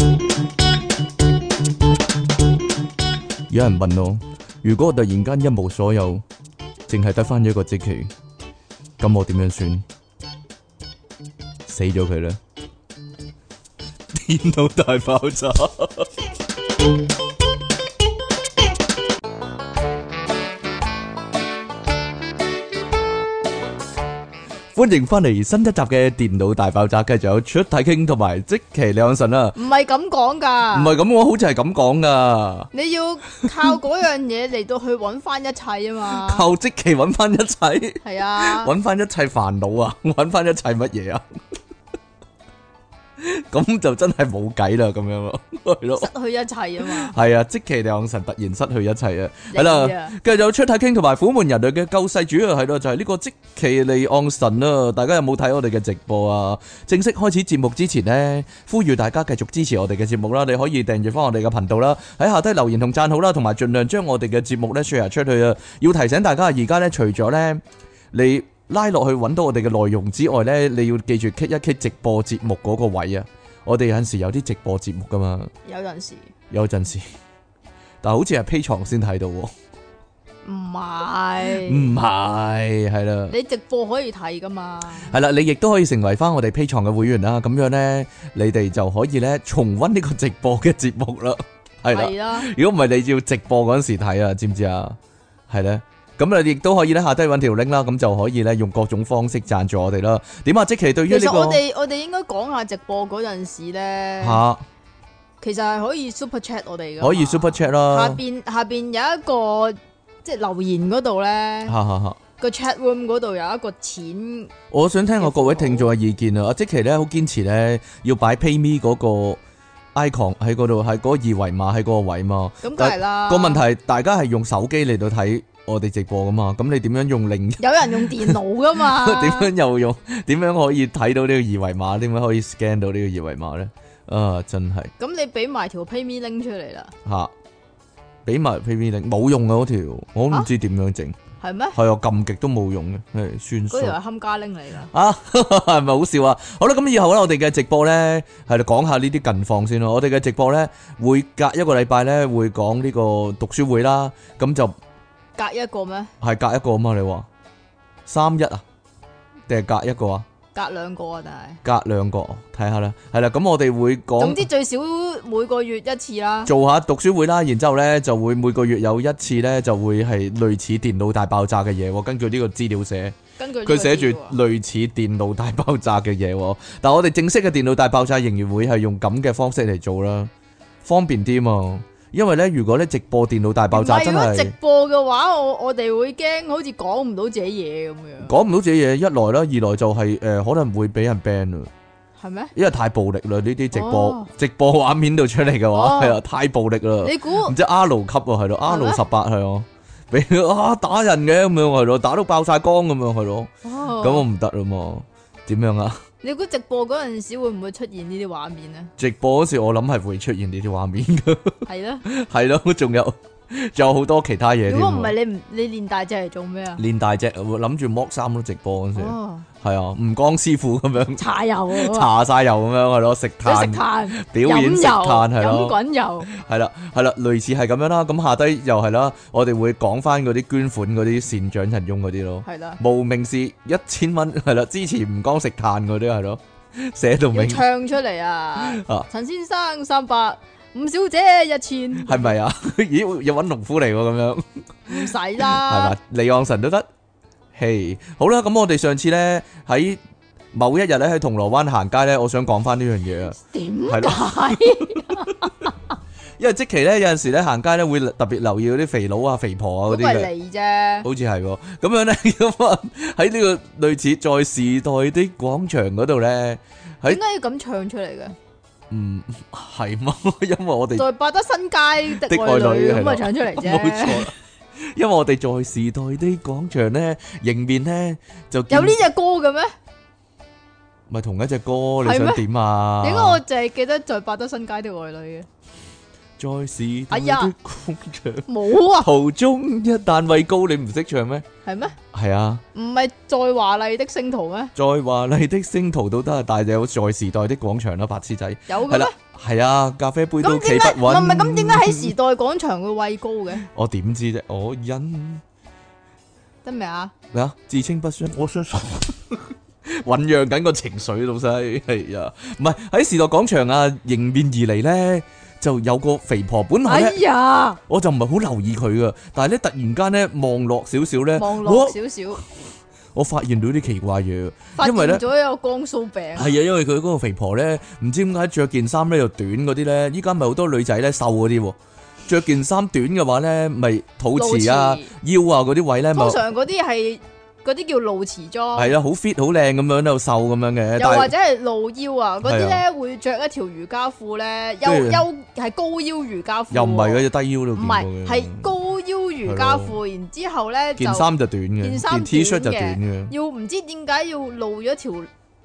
有人問我，如果我突然間一無所有，淨係得翻一個積淇，咁我點樣算？死咗佢啦！電腦大爆炸！歡迎翻嚟新一集嘅電腦大爆炸，繼續有出體 king 同埋積淇離岸神啦。唔係咁講唔噶，係咁，我好似係咁講噶。你要靠嗰樣嘢嚟到去揾翻一切啊嘛， 靠即期揾翻一切，係啊，揾翻一切煩惱啊， 揾翻一切乜嘢啊？ 咁就真係冇計啦，咁樣咯， 係咯，失去一切啊 嘛，係啊，即期兩神突然失去一切啊，你係啦，啊，繼續有出體傾同埋虎門人類嘅救世主啊，係咯，就係呢個即期利昂神啊，大家有冇睇我哋嘅直播啊？正式開始節目之前呢，呼籲大家繼續支持我哋嘅節目啦，你可以訂閱翻我哋嘅頻道啦，喺下低留言同讚好啦，同埋盡量將我哋嘅節目呢 share 出去啊！要提醒大家，而家呢，除咗呢，你拉落去揾到我哋嘅內容之外呢，你要記住 k 一 k 直播節目嗰個位啊！我哋有陣時有啲直播節目噶嘛，有陣時有陣時，但好似係 P 床先睇到喎，唔係，唔係係啦。你直播可以睇噶嘛，系啦，你亦都可以成為翻我哋 P 床嘅會員啦，咁樣呢，你哋就可以呢重温呢個直播嘅節目啦， 係啦。係啊啦，如果唔係你要直播嗰陣時睇啊，知唔知啊？係咧，咁啊你亦都可以咧下低揾條 link 啦，咁就可以咧用各種方式贊助我哋啦。點啊？即其對於其呢、實個我哋我哋應該講下直播嗰陣時咧，嚇其實係可以 super chat 我哋噶，可以 super chat 下啦，邊下邊有一個即係留言嗰度咧嚇，嚇嚇！個 chat room 嗰度有一個錢。我想聽我各位聽眾嘅意見啊！阿即其咧好堅持咧要擺 PayMe 嗰個 icon 喺嗰度，喺嗰個二維碼喺嗰個位嘛。咁梗係啦。個問題係大家係用手機嚟到睇我哋直播噶嘛，咁你點樣用另有人用電 腦噶嘛？點樣又用點樣可以睇到呢個二維碼？點樣可以 scan 到呢個二維碼咧？啊，真係咁你俾埋條 PayMe 拎出嚟啦，吓，俾埋 PayMe link 冇用啊！嗰條我唔啊知點樣整，係咩？係啊，撳極都冇用嘅，係嗰算數條。係冚家拎嚟噶，啊， 係咪好笑啊？好啦，咁以後咧，我哋嘅直播咧，係啦，講下呢啲近況先咯。我哋嘅直播咧，會隔一個禮拜咧，會講呢個讀書會啦，咁就隔一個咩？係隔一個啊嘛，你話三一啊，定係隔一個啊？隔兩個啊，但隔兩個，睇下啦，係啦，咁我哋會係總之講最少每個月一次啦。做下讀書會啦，然之後咧就會每個月有一次咧就會係類似電腦大爆炸嘅嘢喎，根據呢個資料寫。根據呢個佢寫住資料啊類似電腦大爆炸嘅嘢喎，但我哋正式嘅電腦大爆炸仍然會係用咁嘅方式嚟做啦，方便啲嘛。因為咧，如果咧直播電腦大爆炸唔係真如果直係播嘅話，我我哋會驚好似講唔到自己嘢咁樣，講唔到自己嘢，一來啦，二來就係、呃可能會俾人 ban 啊，係咩？因為太暴力啦，呢啲直播、哦直播畫面度出嚟嘅話，哦係啊、太暴力啦。你估唔知 R 級喎，係咯係咩，R 十八係咯，俾佢啊打人嘅咁樣係咯，打到爆晒光咁樣係咯，咁我咁唔得啦嘛，點樣啊？你估直播嗰陣時會唔會出現呢啲畫面咧？直播嗰時我諗係會出現呢啲畫面嘅， 係啦，係咯，仲有仲有好多其他嘢添喎。啊如果唔係你唔你練大隻嚟做咩啊？練大隻，會諗住剝衫咯，直播嗰時哦，係啊，吳江師傅咁樣搽油啊，搽晒油咁樣係咯，食想食炭炭，表演食炭係飲咯。滾油。系啦，系啦，類似係咁樣啦。咁下低又係啦，我哋會講翻嗰啲捐款嗰啲善長人翁嗰啲咯。系啦，無名氏一千蚊係啦，支持吳江食炭嗰啲係咯，寫到要明 唱出嚟啊！啊，陳先生三百，吳小姐一千，係咪啊？ 咦，要揾農夫嚟喎咁樣。唔使 係啦嘛，？離岸神都得。嘿，好啦，咁我哋上次咧喺某一日咧喺銅鑼灣行街咧，我想講翻呢樣嘢啊，點係咯 解？因為即期咧有陣時咧行街咧會特別留意嗰啲肥佬啊、肥婆啊嗰嗰啲個嘅。哎係你啫，好似係喎，咁樣咧， 咁啊喺呢個類似在時代的廣場嗰度咧，喺點解要咁唱出嚟嘅？唔係嘛？ 因為我哋在百德新街的愛的愛女女係咁啦啊，唱出嚟 冇啫。錯啦，因為我哋在時代的廣場咧，迎面咧就見有呢只歌嘅咩？咪同一隻歌，你係咩想點啊？點解我淨係記得在百德新街的愛女嘅？在時代哎呀的工場冇啊，途中一旦畏高，你唔識唱咩？係咩？係啊，唔係再華麗的星途咩？在華麗的星途都得，但係有在時代的廣場啦，白痴仔。有係嘅啦咩？，係啊，咖啡杯都咁企點不解唔係穩。唔係咁點解喺時代廣場會畏高嘅？ 我點知啫？我因得未啊？咩啊？自稱不相，我相 信酝釀緊個情緒，老細係啊，唔係喺時代廣場啊，迎面而嚟咧，就有個肥婆，本來哎咧呀， 我就唔係好留意佢噶，但係咧突然間咧望落少少咧，望落我少啊少，我發現到啲奇怪嘢，發現因為咧。咗有光素病係啊，因為佢嗰個肥婆咧，唔知點解着件衫咧又短嗰啲咧，依家咪好多女仔咧瘦嗰啲喎，着件衫短嘅話咧，咪肚臍啊露、腰啊嗰啲位咧，咪通常嗰啲係嗰啲叫露臍裝，係啦，好 fit 好靚咁樣又瘦咁樣嘅，又但或係者係露腰啊，嗰係啊啲咧會着一條瑜伽褲咧，休跟住休係高腰瑜伽褲喎，又唔係嘅，低腰都唔見過係嘅，哦係高腰瑜伽褲，然之後咧就件衫就短嘅，件件衫 T 恤就短嘅短嘅，要唔知點解要露咗條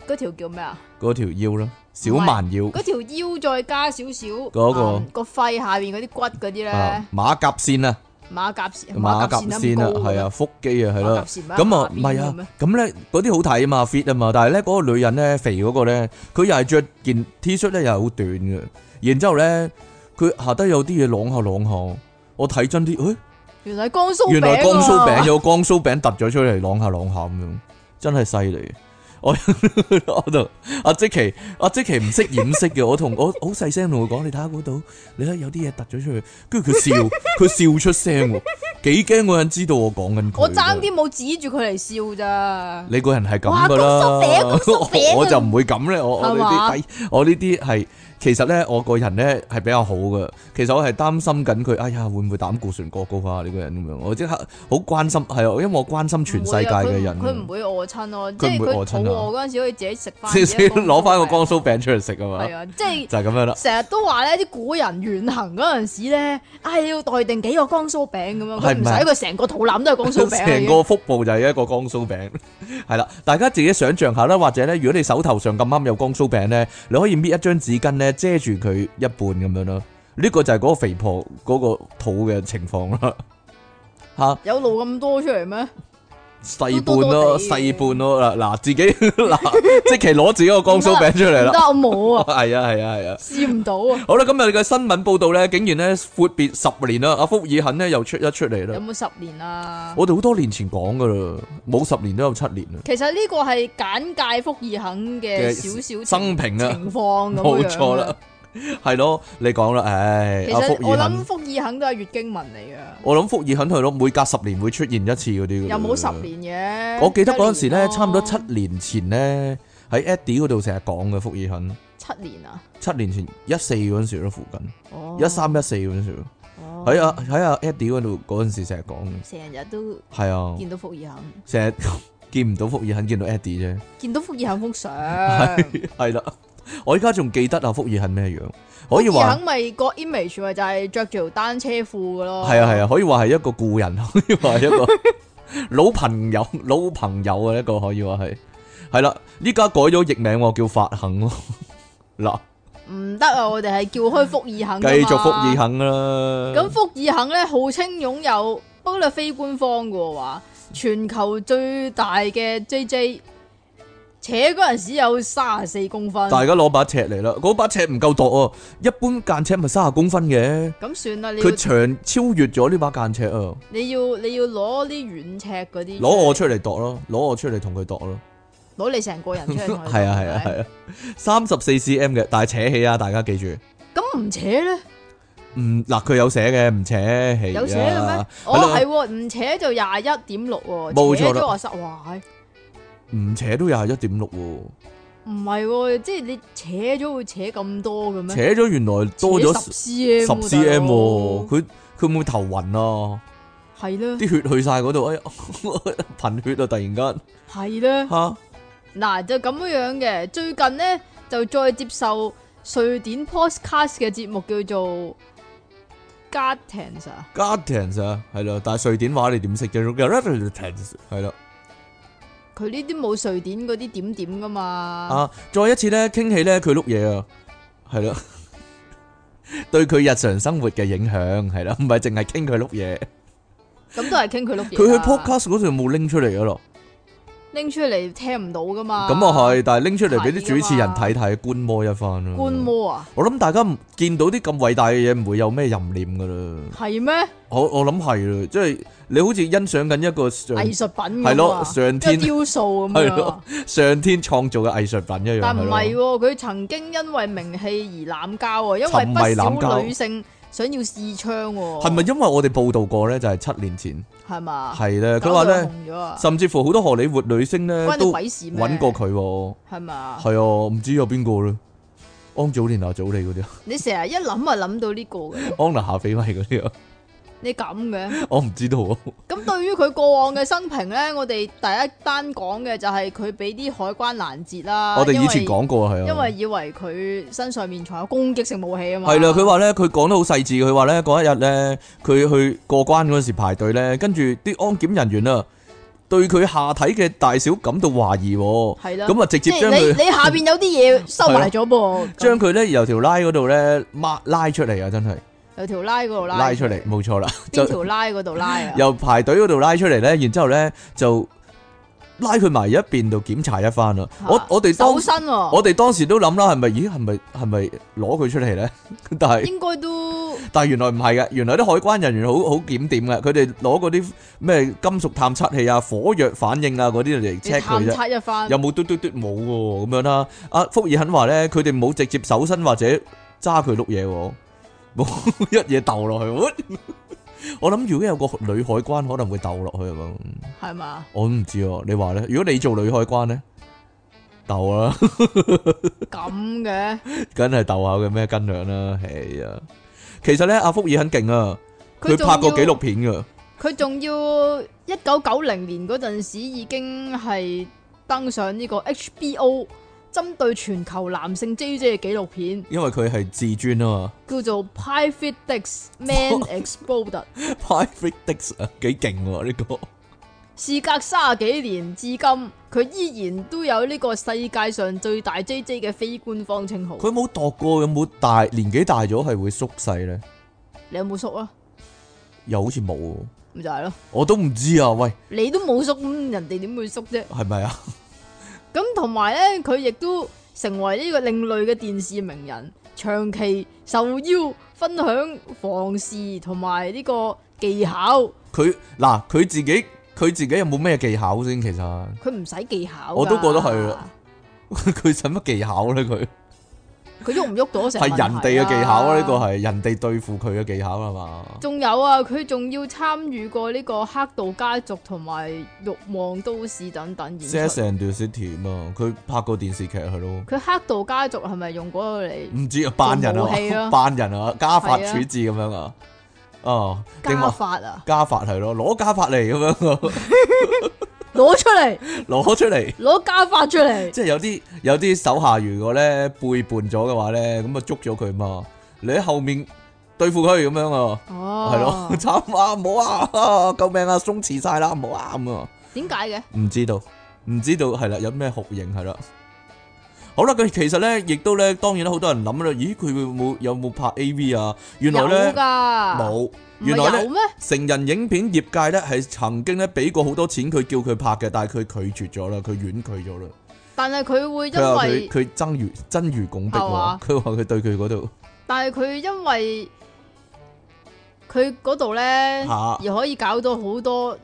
嗰條叫咩啊？嗰條腰啦，小蠻腰嗰條腰再加少少嗰個嗯個肺下邊嗰啲骨嗰啲咧啊，，馬甲線啊，馬甲線馬甲線線啊，係啊，，腹肌啊，係馬甲啦。線咁啊，唔係啊，咁咧嗰啲好睇啊嘛，fit 啊嘛，但係咧嗰個女人咧肥嗰個咧，佢又係着件 T 恤咧又係好短嘅，然之後咧佢下低有啲嘢啷下啷下，我睇真啲，誒原來江蘇啊原來江蘇蘇餅有江蘇餅突咗出嚟，啷下啷下咁樣，真係犀利。我 我度阿即奇阿即奇唔識掩飾嘅，我同我好細聲同佢講，你睇下嗰度，你睇下有啲嘢突咗出去，跟住佢笑，佢笑出聲喎，幾驚嗰個人知道我講緊佢。我爭啲冇指住佢嚟笑咋，你個人係咁噶哇啦咁縮餅咁縮，餅啊 我就唔會咁咧。我我呢係嘛啲低，哎我呢啲係其實咧，我個人咧係比較好噶。其實我係擔心緊佢，哎呀，會唔會膽固醇過高啊？呢個人咁樣，我即刻好關心，係啊，因為我關心全世界嘅人，佢唔會餓親咯，即佢係唔會餓佢親肚啊餓嗰陣時可以自己食翻，即係攞翻個個江蘇餅出嚟食啊係嘛，啊，即係。就係咁樣啦。成日都話咧，啲古人遠行嗰陣時咧，唉，你要待定幾個江蘇餅咁樣，佢係唔咪啊使佢成個肚腩都係江蘇餅啊。成個腹部就係一個江蘇餅， 係啦，大家自己想象下啦，或者咧，如果你手頭上咁啱有江蘇餅咧，你可以搣一張紙巾咧遮住佢一半咁樣咯。呢個就係嗰個肥婆嗰個肚嘅情況啦，吓有露咁多出嚟咩？細半都多多咯，地細半咯嗱嗱，自己 嗱即其攞自己個江蘇餅出嚟 唔得，啦，我冇 啊，係啊係啊係啊。試唔到啊。好啦，今日嘅新聞報道咧，竟然咧闊別十年啦，阿福爾肯咧又出一出嚟有啦。冇十年啊？我哋好多年前講噶啦，冇十年都有七年啦。其實呢個係簡介福爾肯嘅嘅少少情生平啊情況咁樣冇樣啊錯啦。， 係咯，你講啦，唉，其阿福實我爾諗肯，福爾肯都係月經文嚟噶，我諗福爾肯係咯，每隔十年會出現一次嗰啲嘅。又冇十？年嘅。我記得嗰陣時一咧，年咯差唔多七年前咧，喺 Eddie 嗰度成日講嘅福爾肯，七年啊，七年前一四嗰陣時咯，附近哦一三一四嗰陣時咯，哦喺啊喺啊 Eddie 嗰度嗰陣時成日講嘅，成日都係啊，見到福爾肯，成日 見唔到福爾肯，見到 Eddie 啫。見到福爾肯幅相。 係啦，我依家仲記得啊，福爾肯咩樣？可以話肯咪個 image 咪就係着住條單車褲噶咯。係啊係啊，可以話係一個故人， 可以話係一個老朋友，老朋友啊一個可以話係係啦。依家改咗譯名喎， 叫法肯咯。嗱，唔得啊！我哋係叫開福爾肯㗎啊嘛。繼續福爾肯啦。咁福爾肯咧，號稱擁有，不過咧非官方嘅話，全球最大嘅 JJ，扯嗰陣時有三十四公分，大家攞把尺嚟啦，嗰把尺唔夠度啊，一般間尺咪三十公分嘅，咁算啦，你要佢長超越咗呢把間尺啊，你要你要攞啲軟尺嗰啲，攞我出嚟度咯，攞我出嚟同佢度咯。攞你成個人出嚟 同佢講，係啊係啊啊，係啊，三十四 cm 嘅，但係扯起啊，大家記住。咁唔扯咧，唔嗱，佢有寫嘅，唔扯起。啊有扯嘅咩？係哦啦係喎，唔扯就廿一點六喎，冇錯啦扯咗我十哇，唔扯都廿一點六喎，唔係喎，即係你扯咗會扯咁多嘅扯咩？咗原來多咗十 cm，十 cm 喎，喎，佢佢會唔會頭暈啊？係啦啲血去晒嗰度，哎呀， 貧血啊！突然間係啦。吓，嗱就咁樣樣嘅，最近呢，就再接受瑞典 podcast 嘅節目叫做 Gardens 啊， Gardens 啊，係啦，但係瑞典話你點識啫？Gardens 係啦，佢呢啲冇瑞典嗰啲點點噶嘛，啊啊，再一次咧傾起咧佢碌嘢啊，係啦，啊 對佢日常生活嘅影響係啦，唔係淨係傾佢碌嘢。啊咁都係傾佢碌嘢。啊佢去 podcast 嗰度冇拎出嚟嘅啊咯，拎出嚟聽唔到噶嘛？咁啊係，但係拎出嚟俾啲主持人睇㗎嘛睇睇，觀摩一番咯。觀摩啊，我諗大家唔見到啲咁偉大嘅嘢，唔會有咩淫念噶啦。係咩？我我諗係啦，即係你好似欣賞緊一個上藝術品係係咯上天雕塑咁係樣咯啊。上天創造嘅藝術品一樣但唔係係咯。喎，佢曾經因為名氣而濫交啊，因沉迷為濫不交少女性想要試槍喎。啊係咪因為我哋報道過咧？就係七年前係嘛？係咧，佢搞話到咧，紅咗啊，甚至乎好多荷里活女星咧關你都鬼事咩？揾過佢喎。係嘛？係啊，唔知有邊個咧？安祖蓮娜祖莉嗰啲啊， 你成日一諗啊諗到呢個嘅，安娜夏比米嗰啲啊， 你咁嘅。我唔知道啊。咁對於佢過往嘅生平咧，我哋第一單講嘅就係佢俾啲海關攔截啦。我哋以因為前講過啊係啊。因為以為佢身上面藏有攻擊性武器啊嘛。係啦，佢話咧，佢講得好細緻。佢話咧，嗰一日咧，佢去過關嗰陣時排隊咧，跟住啲安檢人員啊，對佢下體嘅大小感到懷疑喎，係啦，咁啊直接即係將你佢你下邊有啲嘢收埋咗噃， 將佢咧由條拉嗰度咧抹拉出嚟啊！真係由條拉嗰度拉拉出嚟，，冇 錯啦，邊就條拉嗰度拉啊？由排隊嗰度拉出嚟咧，然之後咧就拉佢埋一邊度檢查一番啦。嚇我我哋當搜身喎，我哋當時都諗啦，係咪？咦，係咪係咪攞佢出嚟咧？ 但係應該都但係原來唔係嘅，原來啲海關人員好好檢點嘅，佢哋攞嗰啲咩金屬探測器啊、火藥反應啊嗰啲嚟你 check 探佢啫，測一番有，冇嘟嘟嘟冇喎咁樣啦。阿福爾肯話咧，佢哋冇直接搜身或者揸佢碌嘢喎， 冇一嘢竇落去。 我我諗如果有個女海關可能會竇落去咁，係嘛？我都唔知喎。你話咧，如果你做女海關咧，竇啦。咁嘅 梗係鬥下嘅咩斤兩啦，係啊。其實咧，阿福爾肯勁啊，佢佢仲拍過要紀錄片噶，佢仲要一九九零年嗰陣時已經係登上呢個 HBO 針對全球男性 JJ 嘅紀錄片，因為佢係自尊啊嘛 叫做《Private Dicks Man Exploded》。 ，Private Dicks 啊，幾勁喎呢個，事隔三十幾年至今，佢依然都有呢個世界上最大 JJ 嘅非官方稱號。佢冇度過有冇大年紀大咗係會縮細咧？你有冇縮啊？又好似冇喎，咪就係咯，我都唔知啊。喂，你都冇縮，咁人哋點會縮啫？係咪啊？ 咁同埋咧，佢亦都成為呢個另類嘅電視名人，長期受邀分享房事同埋呢個技巧。佢嗱佢自己佢自己有冇咩技巧先？其實 佢唔使技巧㗎，我都覺得係啊佢使乜技巧咧？佢佢喐唔喐到成係人哋嘅技巧啊！呢個係。係人哋對付佢嘅技巧啊嘛。仲有啊，佢仲要參與過呢個黑道家族同埋欲望都市等等 s e 演 x 出。 and the City 嘛，佢拍過電視劇係咯。佢黑道家族係咪用嗰個嚟唔知啊，班人做武器啊，咯班人啊，家法係啊處置咁樣啊，哦，定加話法啊？家法係咯，攞家法嚟咁樣 啊，攞出嚟，攞出嚟，攞加法出嚟，即係有啲有啲手下如果咧背叛咗嘅話咧，咁啊捉咗佢嘛，你喺後面對付佢咁樣啊，係哦咯，， 慘啊，唔好啊， 救命啊，鬆弛晒啦，唔好啊咁啊，點解嘅？唔知道，唔知道係啦，有咩酷刑係啦。好啦，佢其實咧，亦都咧，當然啦，好多人諗啦，咦，佢會冇有冇拍 A.V. 啊？原來有咧噶，冇，唔原來係咧有咩？成人影片業界咧係曾經咧俾過好多錢佢叫佢拍嘅，但係佢拒絕咗啦，佢婉拒咗啦。但係佢會佢因話佢為，佢真如真如拱璧係喎嘛，佢話佢對佢嗰度但係佢因為佢嗰度咧，嚇而可以搞到好多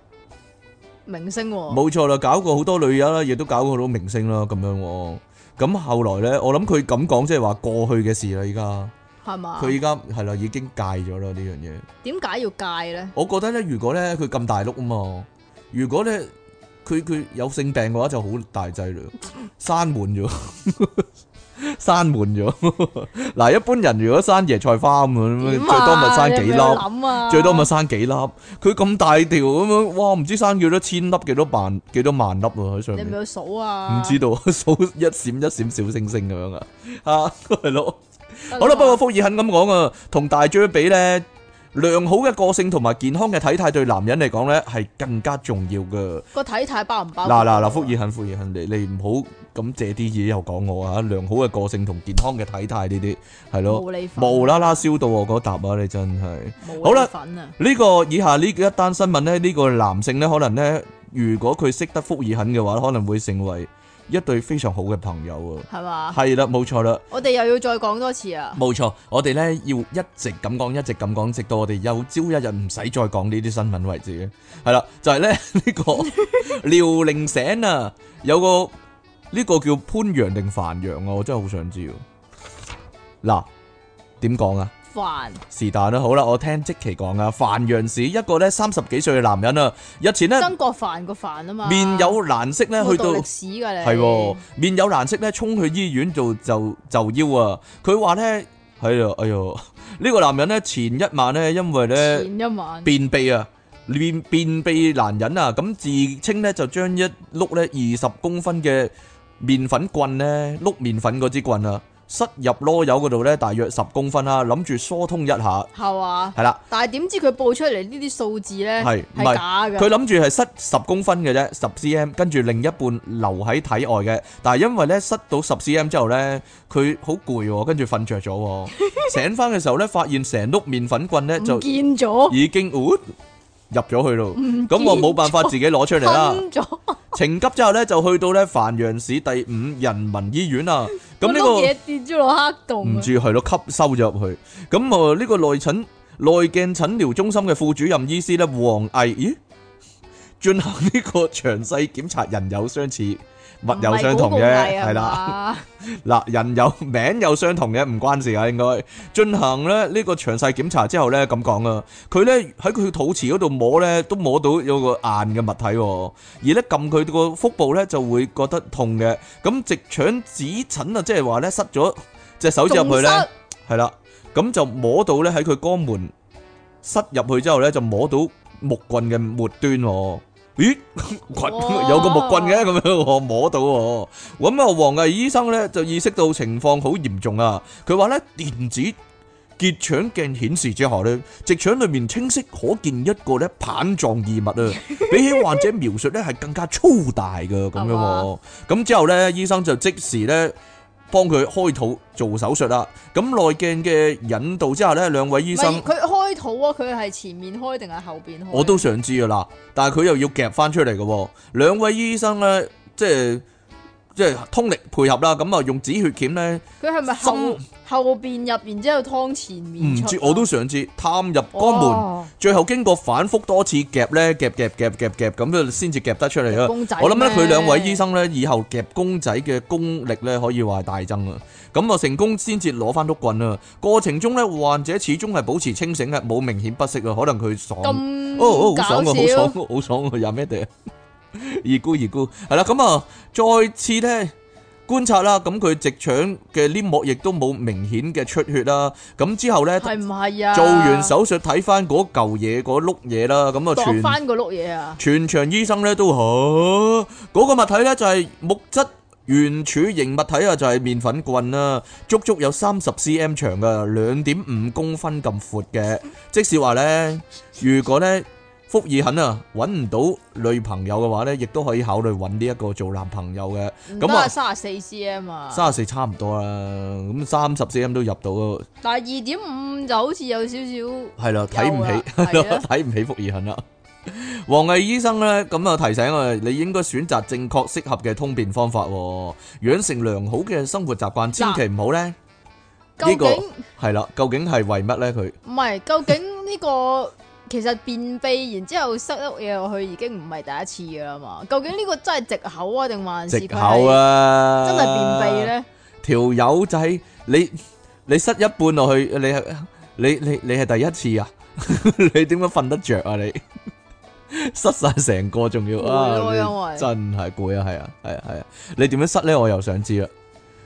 明星喎。冇錯啦，搞過好多女人啦，亦都搞過好多明星啦，咁樣喎。咁後來咧，我諗佢咁講即係話過去嘅事啦，依家。係嘛？佢依家係啦，已經戒咗啦呢樣嘢。點解要戒咧？我覺得咧，如果咧佢咁大碌啊嘛，如果咧佢佢有性病嘅話，就好大劑 量，生滿咗， 生滿咗。 嗱，一般人如果生椰菜花咁樣，點最多咪啊生幾你有冇粒，諗啊最多咪生幾粒。佢咁大條咁樣，哇，唔知生幾多千粒，幾多萬，幾多萬粒喎喺上你面咪。有數啊？唔知道， 數一閃一閃小星星咁樣啊，啊，係咯。得啦好啦，不過嘛福爾肯咁講啊，同大 J 比咧，良好嘅個性同埋健康嘅體態對男人嚟講咧係更加重要嘅。個體態包唔包？啊嗱嗱嗱，福爾肯，福爾肯，你你唔好咁借啲嘢又講我啊！良好嘅個性同健康嘅體態呢啲係咯，冇你份，無啦啦燒到我嗰答啊！你真係〜冇好啦你份啊！呢個以下呢一單新聞咧，呢、個男性咧，可能咧，如果佢識得福爾肯嘅話，可能會成為一對非常好嘅朋友係啊！嘛？係啦，冇錯啦，我哋又要再講多次 啊！冇錯，我哋咧要一直咁講，一直咁講，直到我哋有朝一日唔使再講呢啲新聞為止嘅。係啦，就係咧呢個遼寧省啊，有個呢、個叫潘陽定繁陽啊，我真係好想知喎。嗱，點講啊？煩是但啦，好啦，我聽即期講啊，繁陽市一個咧三十幾歲嘅男人啊，日前咧曾國藩個煩啊嘛，面有難色咧，冇去讀到歷史㗎你係喎面有難色咧，衝去醫院做就就醫啊！佢話咧係啊，哎呦，呢個男人咧前一晚咧因為咧前一晚便秘啊。便便秘難忍啊！咁自稱咧就將一碌咧二十公分嘅麵粉棍咧，碌麵粉嗰支棍啊，塞入啰柚嗰度咧，大約十公分啦，諗住疏通一下，係嘛？係啦。但係點知佢報出嚟呢啲數字咧係唔係係假㗎？佢諗住係塞十公分嘅啫，十 cm，跟住另一半留喺體外嘅。但係因為咧塞到十 cm 之後咧，佢好攰喎，跟住瞓着 咗喎。醒翻嘅時候咧，發現成碌麵粉棍咧唔就見咗，已經哦入咗去咯。唔咁我見冇辦法自己攞出嚟啦。吞咗情急之後咧，就去到咧繁陽市第五人民醫院啊。咁嗰呢碌個。嘢跌咗落黑洞唔啊！知係咯，吸收咗入去。咁啊，呢個內診內鏡診療中心嘅副主任醫師咧，黃毅，咦，進行呢個詳細檢查，人有相似，物有相同嘅，啊係啦， 啦，嗱，人有名有相同嘅，唔關事啊，應該進行咧呢個詳細檢查之後咧，咁講啊，佢咧喺佢肚臍嗰度摸咧，都摸到有個硬嘅物體喎，而咧撳佢個腹部咧就會覺得痛嘅，咁直腸指診啊，即係話咧塞咗隻手指入去咧。仲塞系啦，咁就摸到咧喺佢肛門塞入去之後咧，就摸到木棍嘅末端喎。咦， 棍哇有個木棍嘅咁樣，我摸到喎。咁啊，黃毅醫生咧就意識到情況好嚴重啊。佢話咧電子結腸鏡顯示之下咧，直腸裏面清晰可見一個咧棒狀異物啊，比起患者描述咧係更加粗大嘅咁樣喎。咁之後咧，醫生就即時咧幫佢開肚做手術啦。咁內鏡嘅引導之下咧，兩位醫唔生係佢開肚啊！佢係前面開定係後邊開？我都想知噶啦，但係佢又要夾翻出嚟嘅喎。兩位醫生咧，即係即係通力配合啦，咁啊用止血鉗咧。佢係咪後後邊入，然之後劏前面唔出啊？知我都想知，探入肛門，哦最後經過反覆多次夾咧，夾夾夾夾夾咁樣先至夾得出嚟夾啊！公仔我諗咧，咩佢兩位醫生咧，以後夾公仔嘅功力咧，可以話係大增啊！咁啊，成功先至攞翻碌棍啊！過程中咧，患者始終係保持清醒嘅，冇明顯不適啊，可能佢爽。咁哦哦，好搞爽啊，好笑爽，啊，好爽啊，有咩地啊？二姑二姑，係啦，咁啊，再次咧觀察啦，咁佢直腸嘅黏膜亦都冇明顯嘅出血啦，咁之後咧係唔係啊？做完手術睇翻嗰嚿嘢嗰碌嘢啦，咁啊度全翻個碌嘢啊！全場醫生咧都好，嗰、個物體咧就係木質圓柱形物體啊，就係麵粉棍啦，足足有三十 cm 長嘅，兩點五公分咁闊嘅，即是話咧，如果咧福爾肯啊揾唔到女朋友嘅話咧，亦都可以考慮揾呢一個做男朋友嘅，唔咁得啊啊，三十四 cm 啊，三十四差唔多啦，咁三十 cm 都入到。但係二點五就好似有少少系啦，睇唔起， 有啦係咯係啊睇唔起福爾 肯啦。黃毅醫生咧咁啊提醒我，你應該選擇正確適合嘅通便方法喎，養成良好嘅生活習慣，千嗱祈唔好咧。呢究個竟。係啦，究竟係為乜咧？佢唔係，究竟呢、個其實便秘，然之後塞碌嘢落去已經唔係第一次噶啦嘛？究竟呢個真係藉口啊，定還是藉佢口係啊，真係便 秘。咧？條友仔，你你塞一半落去，你係你你你係第一次啊？ 你點解瞓得着啊？你 塞晒成個仲要攰啊咯你因為真係攰啊，係啊，係啊，係啊！你點樣塞咧？我又想知啦。啊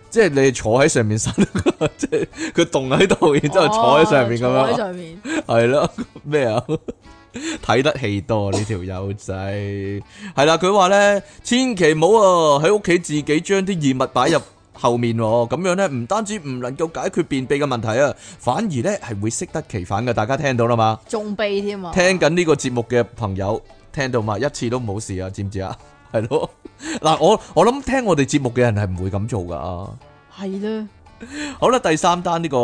即係你坐喺上面塞， 即係佢凍喺度，然之後坐喺上面咁哦坐喺樣，上面係咯咩啊？ 睇得戲多呢條友仔，係啦。佢話咧，千祈唔好啊，喺屋企自己將啲異物擺入後面喎，咁樣咧唔單止唔能夠解決便秘嘅問題啊，反而咧係會適得其反嘅。大家聽到啦嘛？仲悲添啊！ 聽緊呢個節目嘅朋友聽到嘛？一次都冇事啊，知唔知啊？ 係咯，嗱，我我諗聽我哋節目嘅人係唔會咁做噶啊。係啦，好啦，第三單呢、個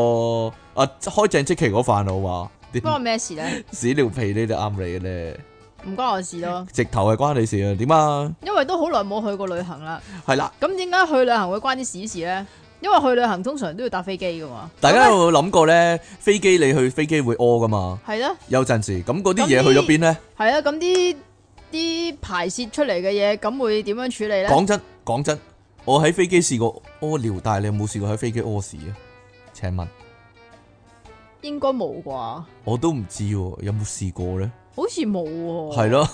啊開正即期嗰飯我話點關我咩事咧？屎尿屁呢啲啱你嘅咧，唔關我事咯，直頭係關你事啊？點啊？因為都好耐冇去過旅行啦。係啦，咁點解去旅行會關啲屎事咧？因為去旅行通常都要搭飛機噶嘛。大家咁呢有冇諗過咧？飛機你去飛機會屙噶嘛？係啦，有陣時咁嗰啲嘢去咗邊咧？係啦，咁啲啲排泄出嚟嘅嘢，咁會點樣處理咧？講真講真，我喺飛機試過屙尿，但係你有冇試過喺飛機屙屎啊？請問應該冇啩？好我都唔知喎，有冇試過咧？似冇喎。係咯，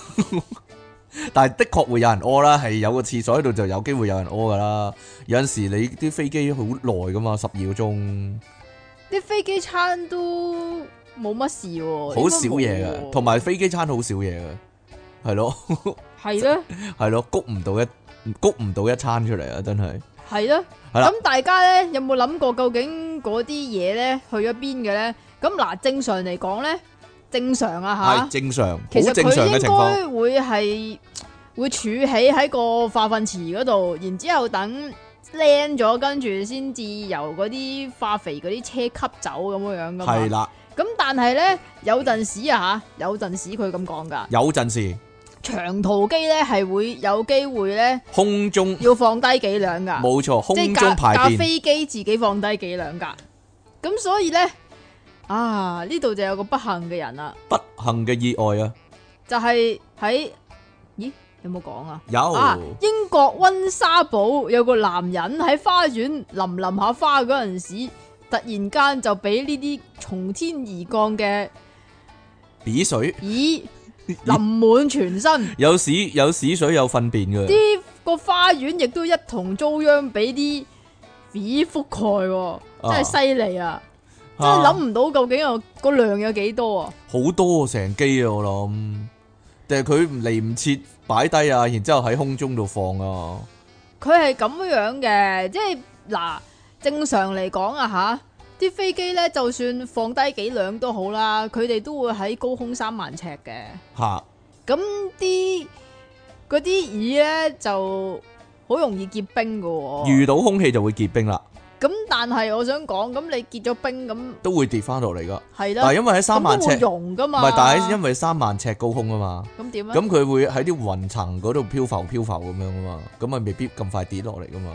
但係的確會有人屙啦，係有個廁所喺度就有機會有人屙噶啦。有陣時你啲飛機好耐噶嘛，十二個鐘，啲飛機餐都冇乜事喎，好少嘢嘅，嘅，同埋飛機餐好少嘢嘅，係咯係咧，係咯，谷唔到一谷唔到一餐出嚟啊！真係係咧。係啦咁大家咧有冇諗過究竟嗰啲嘢咧去咗邊嘅咧？咁嗱，正常嚟講咧，正常啊係吓，正常，好其實正常佢嘅應情況，該會係會儲起喺個化糞池嗰度，然之後等。靚咗，跟住先至由嗰啲化肥嗰啲車吸走咁樣樣噶嘛。係啦，咁但係咧，有陣時啊吓，有陣時佢咁講噶，有陣時長途機咧係會有機會咧空中要放低幾兩噶，冇錯，即係空架中排架電飛機自己放低幾兩噶。咁所以咧，啊呢度就有個不幸嘅人啦，不幸嘅意外啊，就係、喺咦有冇講啊？哦啊有！英國温莎堡有個男人喺花園淋淋下花嗰陣時，突然間就俾呢啲從天而降嘅屎水， 咦淋滿全身。有屎有屎水有糞便嘅。啲個花園亦都一同遭殃，俾啲屎覆蓋喎，真係犀利啊！真係諗唔到究竟有個量有幾多啊！好多成機啊！我諗，定係佢唔嚟唔切擺低啊，然之後喺空中度放啊，佢係咁樣嘅，即係嗱，正常嚟講啊吓，啲飛機咧就算放低幾兩都好啦，佢哋都會喺高空三萬尺嘅。吓咁啲嗰啲椅咧就好容易結冰嘅喎。遇到空氣就會結冰啦，咁但係我想講，咁你結咗冰咁都會跌翻落嚟噶。係但係啦，因為喺三萬咁都啊尺，會唔溶噶嘛。係，但係因為三萬尺高空啊嘛，咁點啊？咁佢會喺啲雲層嗰度漂浮漂浮咁樣啊嘛，咁咪未必咁快跌落嚟噶嘛，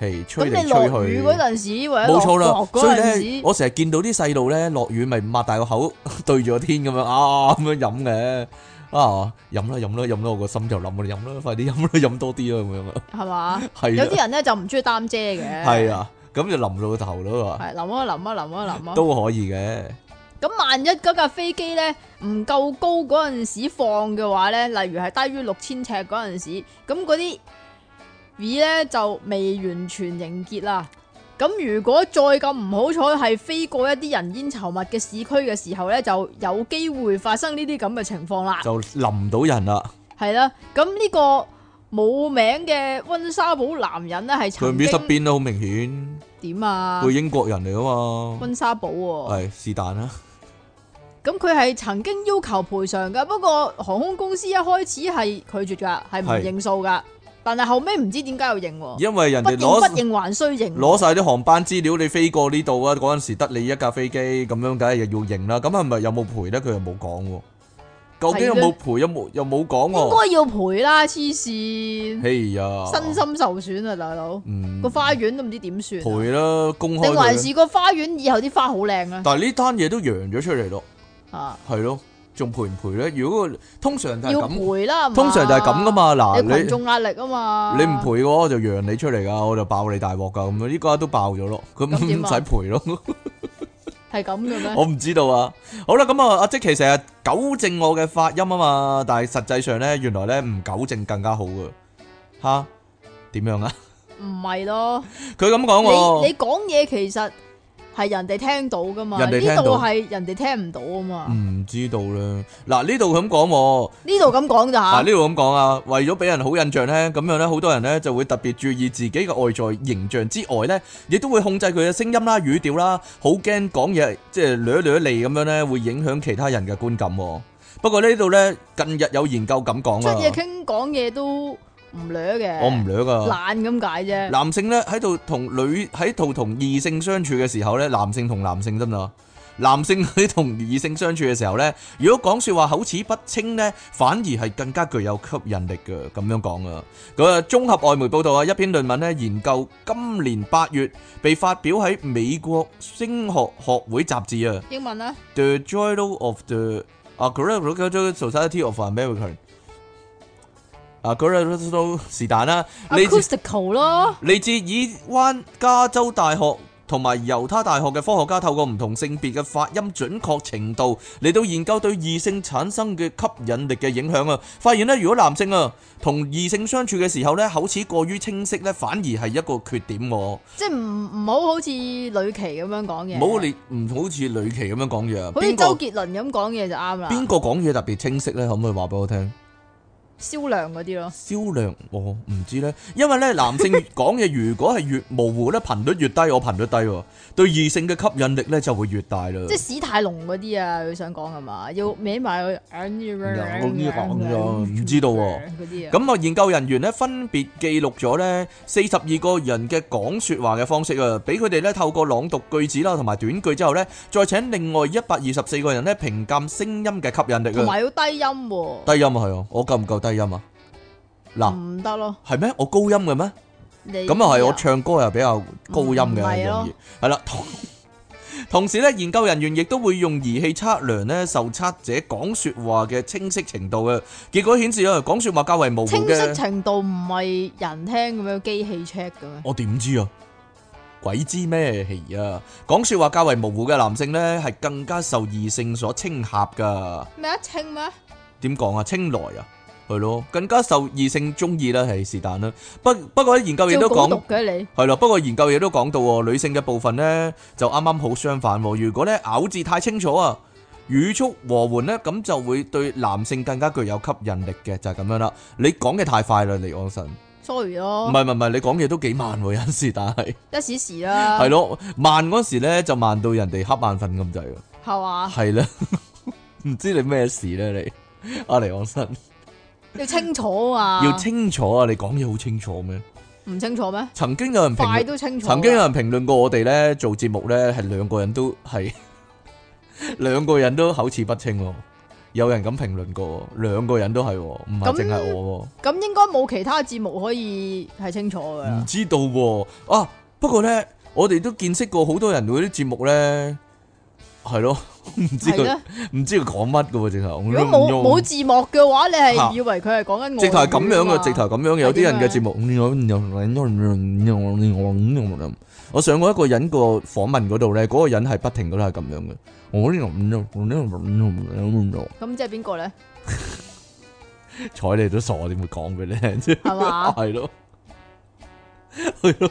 係咁吹嚟你落吹雨去。嗰陣時，或者冇錯落啦落，所嗰以陣咧，時，我成日見到啲細路咧落雨咪擘大個口 對住個天咁樣啊咁樣飲嘅啊飲啦飲啦飲啦，我個心就諗我飲啦，快啲飲啦飲多啲啦咁樣啊，係嘛？有係啲啊人咧就唔中意擔遮嘅，係，啊，咁就淋到個頭咯啊係淋啊淋啊淋啊淋啊。都可以嘅，咁萬一嗰架飛機咧唔夠高嗰陣時放嘅話咧，例如係低於六千尺嗰陣時，咁嗰啲魚咧就未完全凝結啦。咁如果再咁唔好彩係飛過一啲人煙稠密嘅市區嘅時候咧，就有機會發生呢啲咁嘅情況啦。就淋到人啦，係啦，咁呢個冇名嘅温莎堡男人咧，佢係曾唔知失經邊啦，好明顯，點啊佢？英國人嚟啊嘛，温莎堡喎，係是但啦，咁佢係曾經要求賠償噶，不過航空公司一開始係拒絕噶，係唔係認數噶，但係後尾唔知點解又認喎，因為人不哋認不攞認還需認喎，攞晒啲航班資料，你飛過呢度啊，嗰陣時得你一架飛機，咁樣梗係要認啦。咁係咪有冇賠咧？佢又冇講喎。究竟有冇賠？有冇又冇講應喎？該要賠啦，黐線，哎呀，身心受損啊，大佬嗯個花園都唔知點算啊，賠啦，公開定還佢啦。是個花園以後啲花好靚啊？但係呢單嘢都揚咗出嚟咯，啊，係咯，仲賠唔賠咧？如果通常就係要咁，賠啦，係嘛通常就係咁噶。嘛。嗱，有群你眾壓力啊嘛，你唔賠嘅話，我就揚你出嚟噶，我就爆你大鑊噶。咁樣呢家都爆咗咯，咁咁唔點啊使賠咯。係咁嘅 咩？我唔知道啊。好啦，咁啊，阿即其成日糾正我嘅發音啊嘛，但係實際上咧，原來咧唔糾正更加好噶。吓，點樣啊？ 唔係咯，佢咁講你我，你講嘢其實係人哋聽到噶嘛，人呢哋聽到度係人哋聽唔到啊嘛，唔知道啦。嗱呢度咁講喎，呢度咁講嗱咋呢度咁講啊，為咗俾人好印象咧，咁樣咧好多人咧就會特別注意自己嘅外在形象之外咧，亦都會控制佢嘅聲音啦、語調啦，好驚講嘢即係掠掠脷咁樣咧，會影響其他人嘅觀感喎。不過呢度咧近日有研究咁講出嘢啊，傾講嘢都唔掠嘅，我唔掠噶。懶咁解啫，男性咧喺度同女喺度同異性相處嘅時候咧，男性同男性得唔得啊？男性喺同異性相處嘅時候咧，如果講説話口齒不清咧，反而係更加具有吸引力嘅。咁樣講啊，咁啊，綜合外媒報道啊，一篇論文咧研究今年八月被發表喺美國聲學學會雜誌啊。英文啦， The Journal of the Agricultural Society of America 啊 g r a c u l 是但啦，呢次 acoustical 咯，嚟自以灣加州大學同埋猶他大學嘅科學家透過唔同性別嘅發音準確程度嚟到研究對異性產生嘅吸引力嘅影響啊，發現呢，如果男性啊同異性相處嘅時候呢，口齒過於清晰呢，反而係一個缺點喎。即係唔唔好好似女琪咁樣講嘢，唔好你唔好似女奇咁樣講嘢啊，好似邊周個杰倫啊咁講嘢就啱啦，邊個講嘢特別清晰呢？可唔可以話俾我聽？銷量嗰啲咯，銷量我唔知呢，因為呢男性 講嘢如果係越模糊呢，頻率越低，我頻率低喎，對異性嘅吸引力呢就會越大啦。即係史泰龍嗰啲啊，佢想講係嘛，要歪埋佢眼咁樣，有呢行㗎唔知道喎嗰啲啊，咁啊，研究人員咧分別記錄咗咧四十二個人嘅講説話嘅方式啊，俾佢哋咧透過朗讀句子啦同埋短句之後咧，再請另外一百二十四個人咧評鑑聲音嘅吸引力同啊。埋要低音喎，低音啊，係啊，我夠唔夠低音啊？嗱，唔得咯，係咩？我高音嘅咩？你咁啊係，我唱歌又比較高音嗯嘅，係咯容易係啦。同同時咧，研究人員亦都會用儀器測量咧受測者講説話嘅清晰程度嘅。結果顯示啊，講説話較為模糊清嘅晰。程度唔係人聽咁樣機器 check 嘅咩？我點知啊？鬼知咩戲啊？講説話較為模糊嘅男性呢，係更加受異性所稱合噶。咩啊清咩？點講啊？青來啊，係咯，更加受異性中意啦，係是但啦。不不過研究亦照都稿講讀嘅你，係咯，不過研究亦都講到喎，女性嘅部分呢，就啱啱好相反喎。如果呢，咬字太清楚啊，語速和緩呢，咁就會對男性更加具有吸引力嘅，就係、咁樣啦。你講嘅太快啦，離岸神。 sorry 唔咯，係唔係唔係，你講嘢都幾慢喎，有陣時，但係。一時時啦，系咯，慢嗰時咧就慢到人哋瞌眼瞓咁滯啊！係嘛？係啦， 唔知你咩事咧你，阿尼昂森要清楚啊嘛，要清楚啊！你講嘢好清楚咩？唔清楚咩？曾經有人評快論，都清楚啊，曾經有人評論過我哋咧做節目咧係兩個人都係 兩個人都口齒不清喎，有人咁評論過喎，兩個人都係喎，唔係咁淨係我喎。咁應該冇其他節目可以係清楚噶唔啦，知道喎啊！不過咧，我哋都見識過好多人嗰啲節目咧，係咯，唔知係佢咧。唔知佢講乜嘅喎，直頭。如果冇冇字幕嘅話，你嚇係以為佢係講緊我直頭係咁樣嘅，嘅，直頭係咁樣嘅。有啲人嘅節目，我上過一個人個訪問嗰度咧，嗰個人係不停都係咁樣嘅。我呢個咁即係邊個咧？睬你都傻，點會講俾你聽啫？係嘛？系咯，系咯，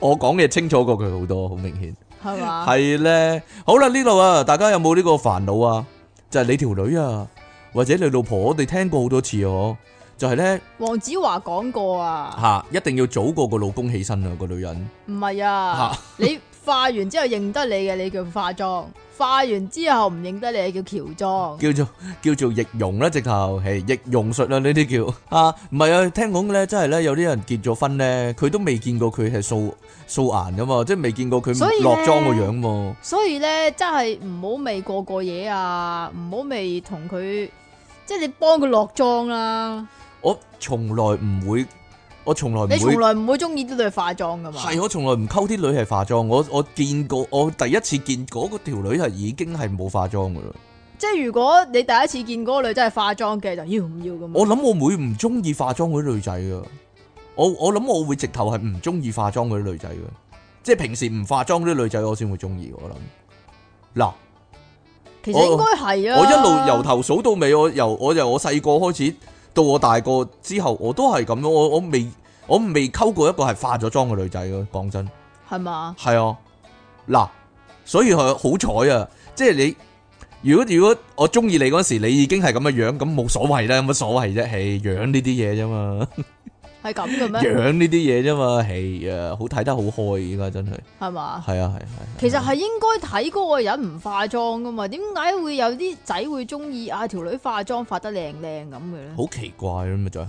我講嘢清楚過佢好多，好明顯係嘛？ 係咧。好啦，呢度啊，大家有冇呢個煩惱啊？就係你條女啊，或者你老婆，我哋聽過好多次哦。就係咧黃子華講過啊，吓，一定要早過個老公起身啊，個女人唔係啊嚇，你化完之後認得你嘅，你叫化妝；化完之後唔認得你，叫喬裝。叫做叫做易容啦，直頭係易容術啦，呢啲叫 啊，唔係啊，聽講咧，真係咧有啲人結咗婚咧，佢都未見過佢係素素顏噶嘛，即係未見過所以佢呢落妝個樣喎。所以咧，真係唔好未過過夜啊，唔好未同佢，即係你幫佢落妝啦。我從來唔會，我從來你唔會從，來唔會中意啲女化妝噶嘛？係我從來唔溝啲女係化妝。我我見過，我第一次見嗰個條女係已經係冇化妝噶啦。即係如果你第一次見嗰個女真係化妝嘅，就要唔要咁？我諗我會唔中意化妝嗰啲女仔噶。我我諗我會直頭係唔中意化妝嗰啲女仔噶，即係平時唔化妝嗰啲女仔我先會中意。我諗嗱。其實應該係啊。我一路由頭數到尾，我由我由我細個開始到我大個之後，我都係咁樣。我我未我未溝過一個係化咗妝嘅女仔嘅，講真係嘛？係啊。嗱，所以佢好彩啊！即係你，如果如果我中意你嗰時，你已經係咁嘅樣，咁冇所謂啦，有乜所謂啫？係樣呢啲嘢啫嘛，系咁嘅咩？ 樣呢啲嘢啫嘛，係啊，好睇得好開依家真係，系嘛？係啊係啊係啊。其實係應該睇嗰個人唔化妝噶嘛？點解會有啲仔會中意啊條女化妝化得靚靚咁嘅咧？好奇怪咁咪就係。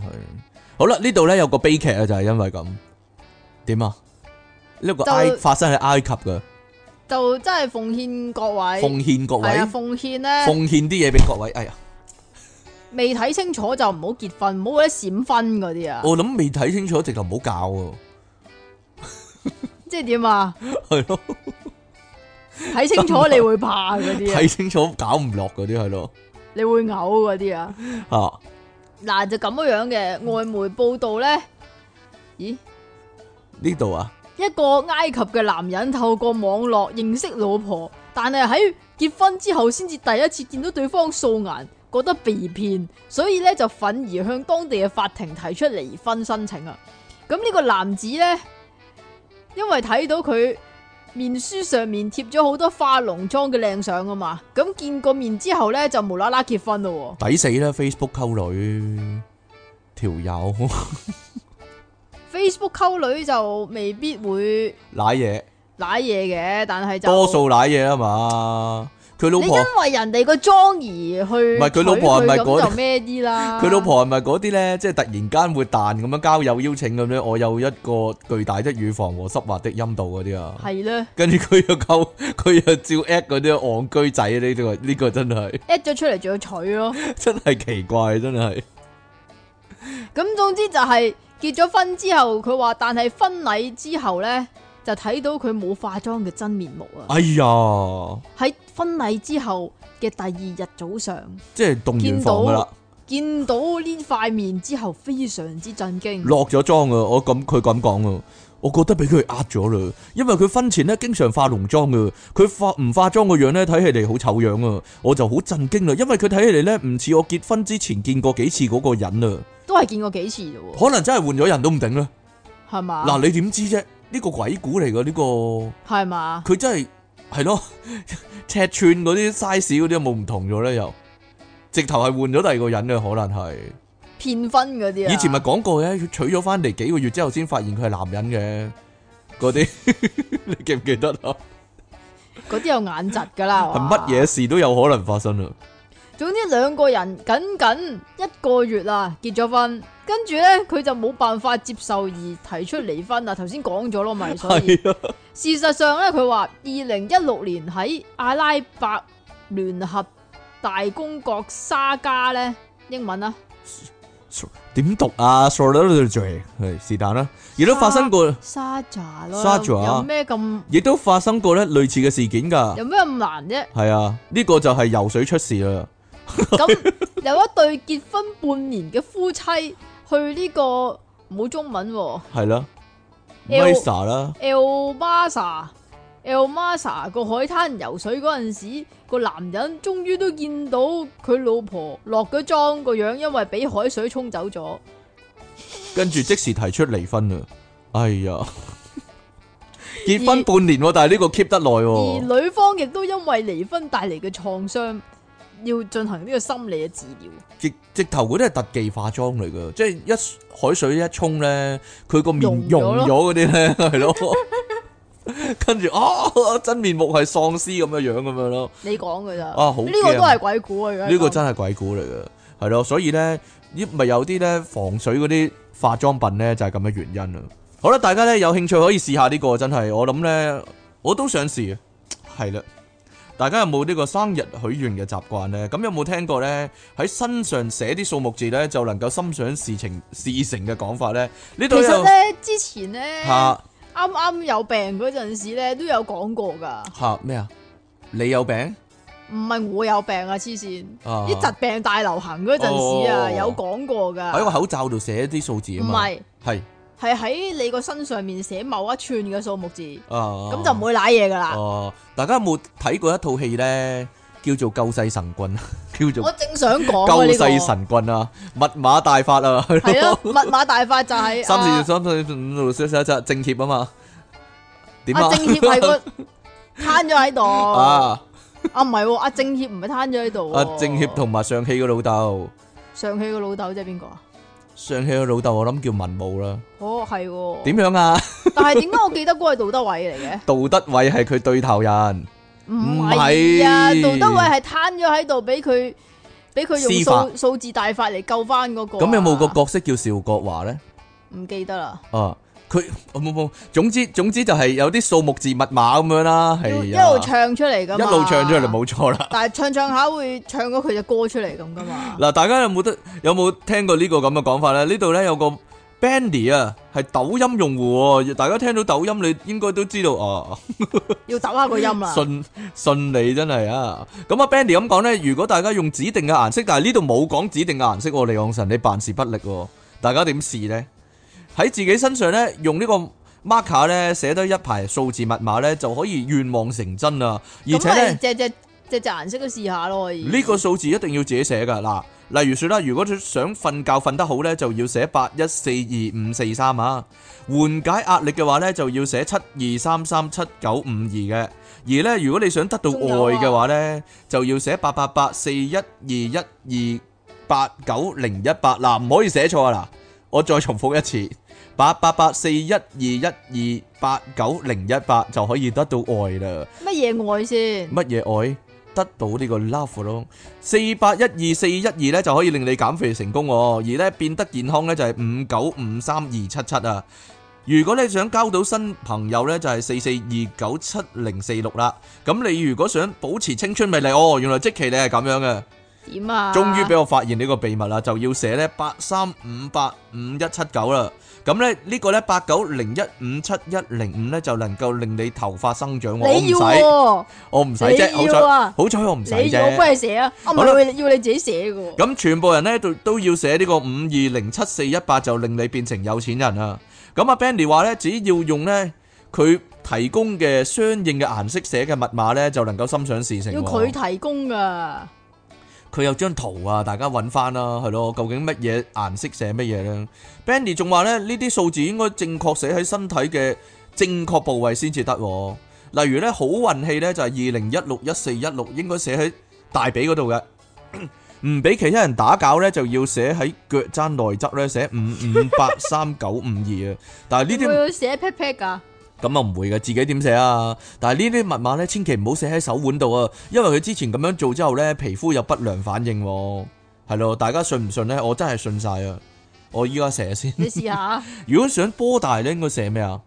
好啦，呢度咧有個悲劇啊，就係因為咁點啊？呢個就埃發生喺埃及嘅，就真係奉獻各位，奉獻各位，係啊奉獻咧，奉獻啲嘢俾各位。哎呀，未睇清楚就唔好結婚，唔好嗰啲閃婚嗰啲啊！我諗未睇清楚，直頭唔好教喎， 即係點啊？係咯，睇清楚你會怕嗰 啲啊，睇清楚搞唔落嗰啲係咯，你會嘔嗰啲啊！啊，嗱就咁樣嘅，外媒報道咧，咦？呢度啊，一個埃及嘅男人透過網絡認識老婆，但係喺結婚之後先至第一次見到對方素顏，覺得被騙，所以咧就憤而向當地嘅法庭提出離婚申請啊！咁呢個男子呢，因為睇到佢面書上面貼咗好多化濃妝嘅靚相啊嘛，咁見過面之後呢，就無啦啦結婚咯抵死啦！Facebook 溝女條友 喎。Facebook 溝女就未必會舐嘢，舐嘢嘅，但係就多數舐嘢啊嘛，佢老你婆。因為人哋個妝而去，唔係佢老婆係咪嗰咁就咩啲 啦？佢老婆係咪嗰啲咧，即係突然間會彈咁樣交友邀請咁樣，我有一個巨大的乳房和濕滑的陰道嗰啲啊，係咧跟住佢又溝， 佢又照 at 嗰啲戇居仔呢、個呢、個真係 at 咗出嚟仲要娶咯。真係奇怪，真係咁總之就係結咗婚之後，佢話但係婚禮之後咧，就睇到佢冇化妝嘅真面目啊！哎呀，喺婚禮之後嘅第二日早上，即係動完房噶啦，見到呢塊面之後，非常之震驚。落咗妝啊！我咁佢咁講啊，我覺得俾佢呃咗啦，因為佢婚前咧經常化濃妝噶，佢化唔化妝個樣咧睇起嚟好醜樣啊，我就好震驚啦，因為佢睇起嚟咧唔似我結婚之前見過幾次嗰個人啊。都係見過幾次啫喎，可能真係換咗人都唔定啦。係嘛？嗱、你點知啫？呢、個鬼故嚟嘅呢個，係嘛？佢真係係咯， 尺寸嗰啲 size 嗰啲有冇唔同咗咧？又直頭係換咗第二個人嘅，可能係。騙婚嗰啲啊！以前咪講過嘅，佢娶咗翻嚟幾個月之後先發現佢係男人嘅嗰啲， 你記唔記得啊？嗰啲有眼疾㗎啦，係嘛乜嘢事都有可能發生啊！總之兩個人僅僅一個月啦，結咗婚，跟住呢，佢就冇辦法接受而提出離婚啦。頭先講咗咯，咪所 以係啊，事實上呢，佢話二零一六年喺阿拉伯聯合大公國沙加呢，英文啊 點讀啊 s o r r y 係是但啦，亦都發生過，沙扎咯， Sarja 有咩咁亦都發生過咧類似嘅事件㗎。有咩咁難啫？系啊，呢、個就係游水出事啦。咁有一對結婚半年嘅夫妻去呢、個冇中文喎、係啦 m L- i s a 啦， El Masa El Masa 個海灘游水嗰陣時，個男人終於都見到佢老婆落咗妝個樣，因為俾海水沖走哦咗。跟住即時提出離婚啦。哎 呀，結婚半年喎，但係呢個 keep 得耐而喎。女方亦都因為離婚帶嚟嘅創傷，要進行呢個心理嘅治療。直直頭嗰啲係特技化妝嚟噶，即係一海水一沖咧，佢個面溶溶咗咯咗嗰啲咧， 係咯。跟住啊，真面目係喪屍咁嘅樣咁樣咯。你講噶咋？啊好呢個驚都係鬼故啊！呢個真係係鬼故嚟嘅，係咯，所以咧，依咪有啲咧防水嗰啲化妝品咧就係咁嘅原因啊。好啦，大家咧有興趣可以試下呢、個，真係我諗咧我都想試啊。係啦，大家有冇呢個生日許願嘅習慣咧？咁有冇聽過咧喺身上寫啲數目字咧就能夠心想事情事成嘅講法咧？呢其度實有咧，之前咧嚇啱啱有病嗰陣時咧，都有講過噶，嚇咩啊？你有病唔係我有病啊，黐線。啊？啲疾病大流行嗰陣時啊，哦有講過噶，喺個口罩度寫啲數字啊啊唔嘛，係係係喺你個身上面寫某一串嘅數目字，咁、啊，咁就唔會舐嘢噶啦。哦，大家有冇睇過一套戲咧？叫做《救世神棍》， 叫我正想講做《啊呢救世個，神棍》啊，密碼大法啊，係係 啊咯，，密碼大法就係三啊四三四五六七七七政協啊嘛，點啊啊？ 政協係個摊咗喺度。啊，啊，唔系喎，阿政协唔系摊咗喺度喎。阿政協同埋上氣嘅老豆，上氣個老豆即係邊個啊？上氣嘅老豆我諗叫文武啦。哦，係喎。點樣啊？ 但係點解我記得嗰個係杜德偉嚟嘅？杜德偉係佢對頭人，唔係啊，唔係杜德偉係攤咗喺度，俾佢俾佢施法用數數字大法嚟救翻嗰個啊。咁有冇個角色叫邵國華呢？唔記得啦。啊，佢冇冇，總之總之就係有啲數目字密碼咁樣啦，係要一啊路唱出嚟噶一嘛。路唱出嚟，冇錯 啦。但係唱唱下會唱咗佢只歌出嚟咁噶 嘛。嗱，大家有冇得有冇聽過呢個咁嘅講法咧？呢度咧有個 Bandy 啊，係抖音用户喎。大家聽到抖音，你應該都知道哦。要揼下個音啦。信信你真係啊！咁啊，Bandy 咁講咧，如果大家用指定嘅顏色，但係呢度冇講指定嘅顏色喎，李昂臣你辦事不力喎，大家點試咧？喺自己身上咧，用呢個 marker 咧寫得一排數字密碼咧，就可以願望成真啊！而且咧咁。咪隻隻隻隻顏色都試下咯，可以。呢個數字一定要自己寫噶嗱，例如説啦，如果佢想瞓覺瞓得好呢，就要寫八一四二五四三啊；緩解壓力嘅話呢，就要寫七二三三七九五二嘅。而呢，如果你想得到愛啊嘅話呢，就要寫八八八四一二一二八九零一八嗱，唔可以寫錯啊嗱，我再重複一次。八八八四一二一二八九零一八就可以得到愛啦。乜嘢愛先？乜嘢愛得到呢個 love 咯？四八一二四一二咧就可以令你減肥成功喎，而咧變得健康咧就係五九五三二七七啊！如果你想交到新朋友咧，就係四四二九七零四六啦。咁你如果想保持青春魅力，哦，原來即期你係咁樣嘅。點啊？終於俾我發現呢個秘密啦，就要寫咧八三五八五一七九啦。咁咧呢個咧八九零一五七一零五咧就能夠令你頭髮生長喎。我唔你要使。喎，我唔使啫，好你彩要啊好彩我唔使你要我啫。幫你寫啊！啊唔好啦係要你自己寫嘅喎。咁全部人呢都都要寫呢個五二零七四一八，就令你變成有錢人啊！咁啊，Benny 話呢，只要用呢佢提供嘅相應嘅顏色寫嘅密碼呢，就能夠心想事成喎。要佢提供噶， 佢有張圖啊，大家揾翻啦，係咯，究竟乜嘢顏色寫乜嘢呢 b e n n y 仲話咧，呢啲數字應該正確寫喺身體嘅正確部位先至得喎。例如呢，好運氣呢就係二零一六一四一六應該寫喺大髀嗰度嘅，唔俾其他人打攪呢，就要寫喺腳踭內側呢，寫五五八三九五二啊。但係呢呢啲啲要寫 pat pat 噶，咁啊唔會嘅，自己點寫啊？但係呢啲密碼咧，千祈唔好寫喺手腕度啊，因為佢之前咁樣做之後咧，皮膚有不良反應喎。係咯，大家信唔信咧？我真係信晒啊！我依家寫 先。你試 下如果想波大咧，應該寫咩啊？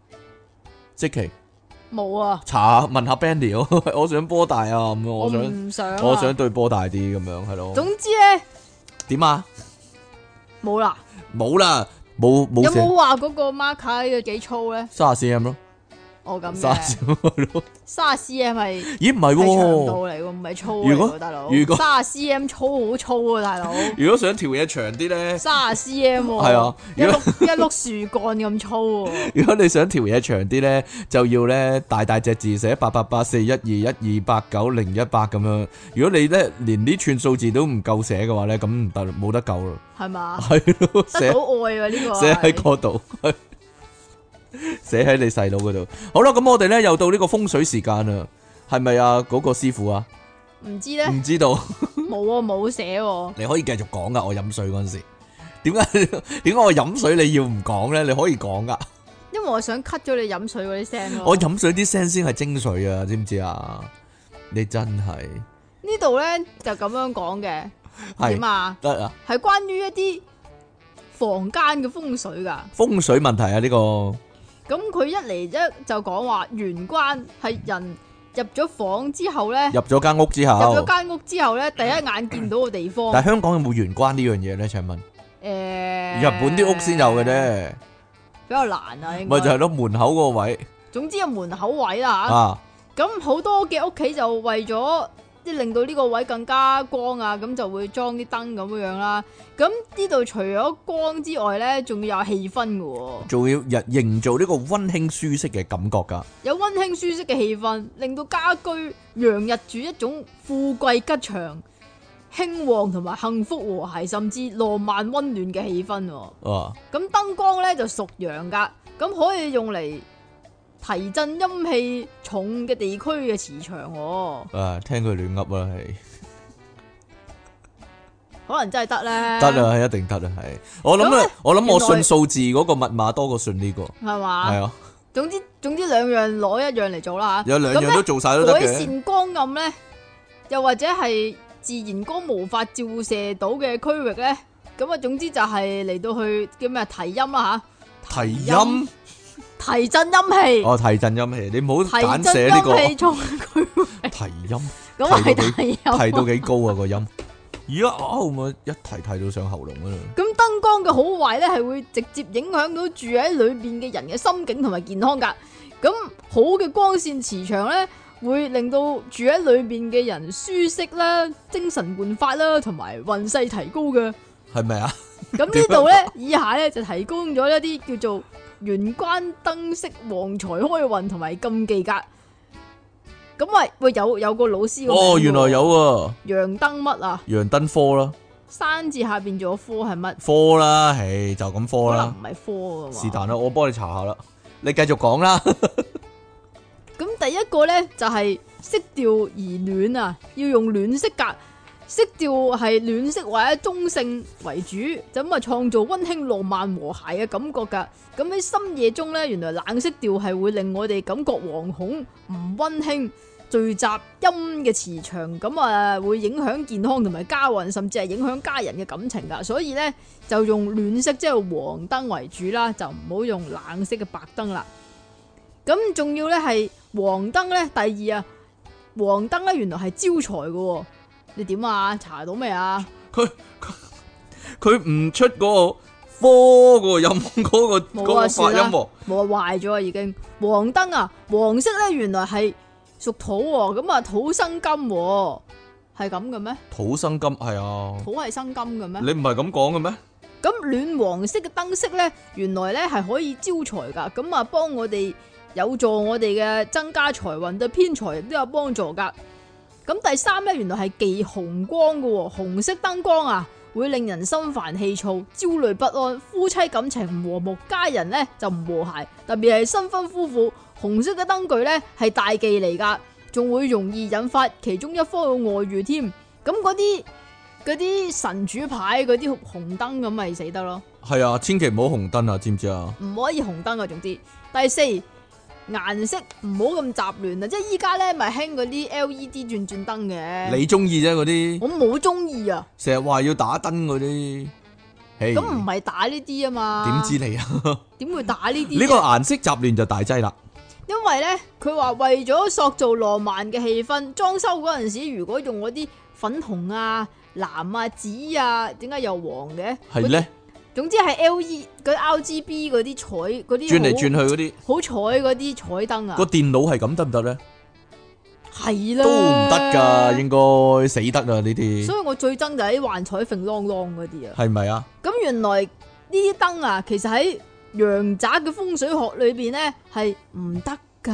即期冇啊？查下問下 Benny，我 我想波大啊！咁樣我我想唔想啊，我想對波大啲咁樣係咯。總之咧點啊？冇啦。冇啦，冇冇有寫冇話嗰個 marker 要幾粗咧？卅 cm 咯，我咁卅嘅 cm 咯。卅 cm 係咦唔係係長喎度。啊嚟喎，唔係粗如嚟果喎，大佬。如果卅 cm 粗好粗啊，大佬。如果想條嘢長啲咧。卅 cm 喎，係啊一如果 碌一碌樹幹咁粗喎， 如果你想條嘢長啲咧，就要咧大大隻字寫八八八四一二一二八九零一八咁樣。如果你咧連呢串數字都唔夠寫嘅話咧，咁唔得啦，冇得 救啦，係嘛？係咯，得啊寫到愛啊呢個係。寫喺嗰度， 寫喺你細佬嗰度。好啦，咁我哋咧又到呢個風水時間啦，係咪啊？嗰、個師傅啊，唔知咧，唔知道，冇啊冇寫喎， 你可以繼續講噶。我飲水嗰陣時，點解 點解我飲水你要唔講咧？你可以講噶。因為我想 cut 咗你飲水嗰啲聲咯。我飲水啲聲先係精髓啊，知唔知啊？你真係呢度咧就咁樣講嘅，點係啊？得啊，係關於一啲房間嘅風水噶。風水問題啊呢個咁佢一嚟一就講話玄關係人入咗房之後咧，入咗間屋之入後咗，間屋之後咧，第一眼見到嘅地方，但係香港有冇玄關呢樣嘢咧？請問日诶，本啲屋先有嘅，啫，比較難啊，應該咪就係咯門口嗰個位總之有門口位啦吓。啊，咁好多嘅屋企就為咗即係令到呢個位更加光啊，咁就會裝啲燈咁樣樣啦。咁呢度除咗光之外咧，仲要有氣氛嘅喎，仲要日營造呢個温馨舒適嘅感覺㗎，有温馨舒適嘅氣氛，令到家居洋溢住一種富貴吉祥、興旺同埋幸福和諧，甚至浪漫温暖嘅氣氛喎。啊咁燈光咧就屬陽噶，咁可以用嚟提振陰氣重嘅地區嘅磁場、喎，啊，聽佢亂噏啦，係可能真係得咧。得啊啦，係一定得啦，係。我諗咁啊，我諗我原來信數字嗰個密碼多過信呢個，係嘛？係啊，總之總之兩樣攞一樣嚟做啦有兩咁樣咧都做晒吓。都得改嘅。善光暗咧，又或者係自然光無法照射到嘅區域咧，咁啊總之就係嚟到去叫咩啊提陰啦提音音，吓，提振陰氣，哦，提振音氣，你唔好提簡寫振呢個陰 氣重嘅區域，提音，咁啊係提到提提陰到。幾高啊個音。而家啊，會唔會一提提到上喉嚨啊嗰度？咁燈光嘅好壞咧，係會直接影響到住喺裏邊嘅人嘅心境同埋健康噶。咁好嘅光線磁場咧，會令到住喺裏邊嘅人舒適啦、精神煥發啦，同埋運勢提高嘅。 係咪啊？咁呢度咧，以下咧就提供咗一啲叫做玄關燈飾、旺財開運同埋禁忌格。咁喂喂，有有個老師個名哦，喎原來有啊，陽燈乜啊？楊登科啦，山字下邊仲有科係乜？科啦，唉，就咁科可啦能唔。係科噶啊嘛。是但啦，我幫你查下啦。你繼續講啦。 咁第一個咧就係、色調而暖啊，要用暖色格。色調係暖色或者中性為主，就咁啊創造温馨浪漫和諧嘅感覺噶。咁喺深夜中咧，原來冷色調係會令我哋感覺惶恐、唔温馨、聚集陰嘅磁場，咁啊會影響健康同埋家運，甚至係影響家人嘅感情噶。所以咧就用暖色即係黃燈為主啦，就唔好用冷色嘅白燈啦。咁仲要咧係黃燈咧，第二啊，黃燈咧原來係招財嘅喎，你點啊？查到未啊？佢唔出嗰個科嗰個音， 嗰個冇啊嗰個發音算喎啦。冇啊，壞咗啊已經。黃燈啊，黃色咧原來係屬土喎，咁啊土生金喎，係咁嘅咩？土生金係啊，土係生金嘅咩？你唔係咁講嘅咩？咁暖黃色嘅燈飾咧，原來咧係可以招財噶，咁啊幫我哋有助我哋嘅增加財運，對偏財亦都有幫助噶。咁第三咧，原來係忌紅光嘅喎，紅色燈光啊，會令人心煩氣躁、焦慮不安，夫妻感情唔和睦，家人咧就唔和諧，特別係新婚夫婦，紅色嘅燈具咧係大忌嚟噶，仲會容易引發其中一方嘅外遇添。咁嗰啲嗰啲神主牌嗰啲紅燈咁咪死得咯，係啊，千祈唔好紅燈啊，知唔知啊？唔可以紅燈啊。總之，第四顏色唔好咁雜亂啊，即係依家咧咪興嗰啲 LED 轉轉燈嘅，你中意啫嗰啲，我冇中意啊，成日話要打燈嗰啲，咁唔唉，係打呢啲啊嘛，點知你啊？點會打呢啲啫？呢個顏色雜亂就大劑啦。因為咧，佢話為咗塑造浪漫嘅氣氛，裝修嗰陣時如果用嗰啲粉紅啊、藍啊、紫啊，點解又黃嘅？係咧，總之係 L E 嗰啲 R G B 嗰啲彩嗰啲轉嚟好轉去嗰啲好彩嗰啲彩燈個啊，電腦係咁得唔得咧？係啦，都唔得㗎，。應該死得啊呢啲，所以我最憎就係啲幻彩揈啷啷嗰啲啊。係咪啊？咁原來呢啲燈啊，其實喺陽宅嘅風水學裏邊咧係唔得㗎。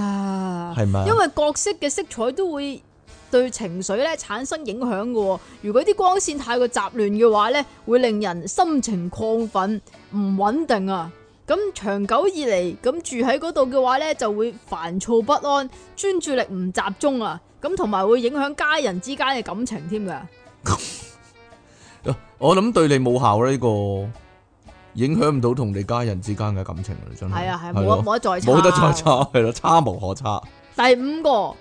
係咪啊？因為角色嘅色彩都會對情緒咧產生影響嘅喎。如果啲光線太過雜亂嘅話咧，會令人心情亢奮、唔穩定啊。咁長久以嚟咁住喺嗰度嘅話咧，就會煩躁不安、專注力唔集中啊。咁同埋會影響家人之間嘅感情添㗎。哦我諗對你冇效啊啦，呢個影響唔到同你家人之間嘅感情啦，真係。係啊係，嗯係咯冇得冇得再差。啊冇得再。差，係咯，差無可差。第五個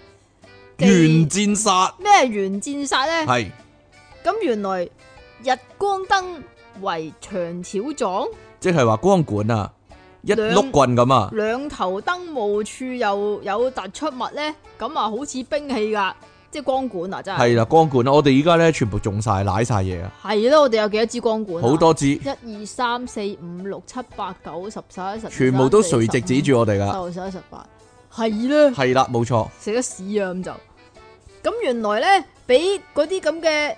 忌原戰殺咩原戰殺咧？係咁原來日光燈為長條狀。即係話光管啊，一兩碌棍咁啊，兩頭燈無處又有突出物咧，咁啊好似兵器噶，即係光管啊，真係係啦，光管啊。我哋而家咧全部中晒，舐晒嘢啊，係咯，我哋有幾多支光管啊？好多支，一二三四五六七八九十十一十二，全部都垂直指住我哋噶。十十一十八，係啦，係啦，冇錯，食咗屎啊咁就。咁原來咧，俾嗰啲咁嘅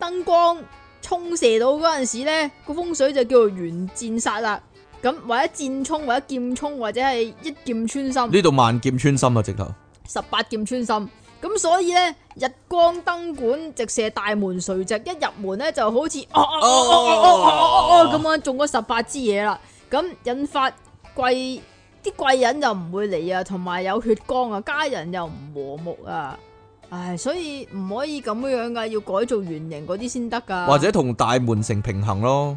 燈光沖射到嗰陣時咧，個風水就叫做圓箭殺啦。咁或者箭衝，或者劍衝，或者係一劍穿心。呢度萬劍穿心啊，直頭十八劍穿心。咁所以咧，日光燈管直射大門垂直，一入門咧就好似哦哦哦哦哦哦哦哦哦咁樣中咗十八支嘢啦。咁引發貴啲貴人就唔會嚟啊，同埋有血光啊，家人又唔和睦啊，唉，所以唔可以咁樣噶，要改造原形嗰啲先得噶。或者同大門城平衡咯。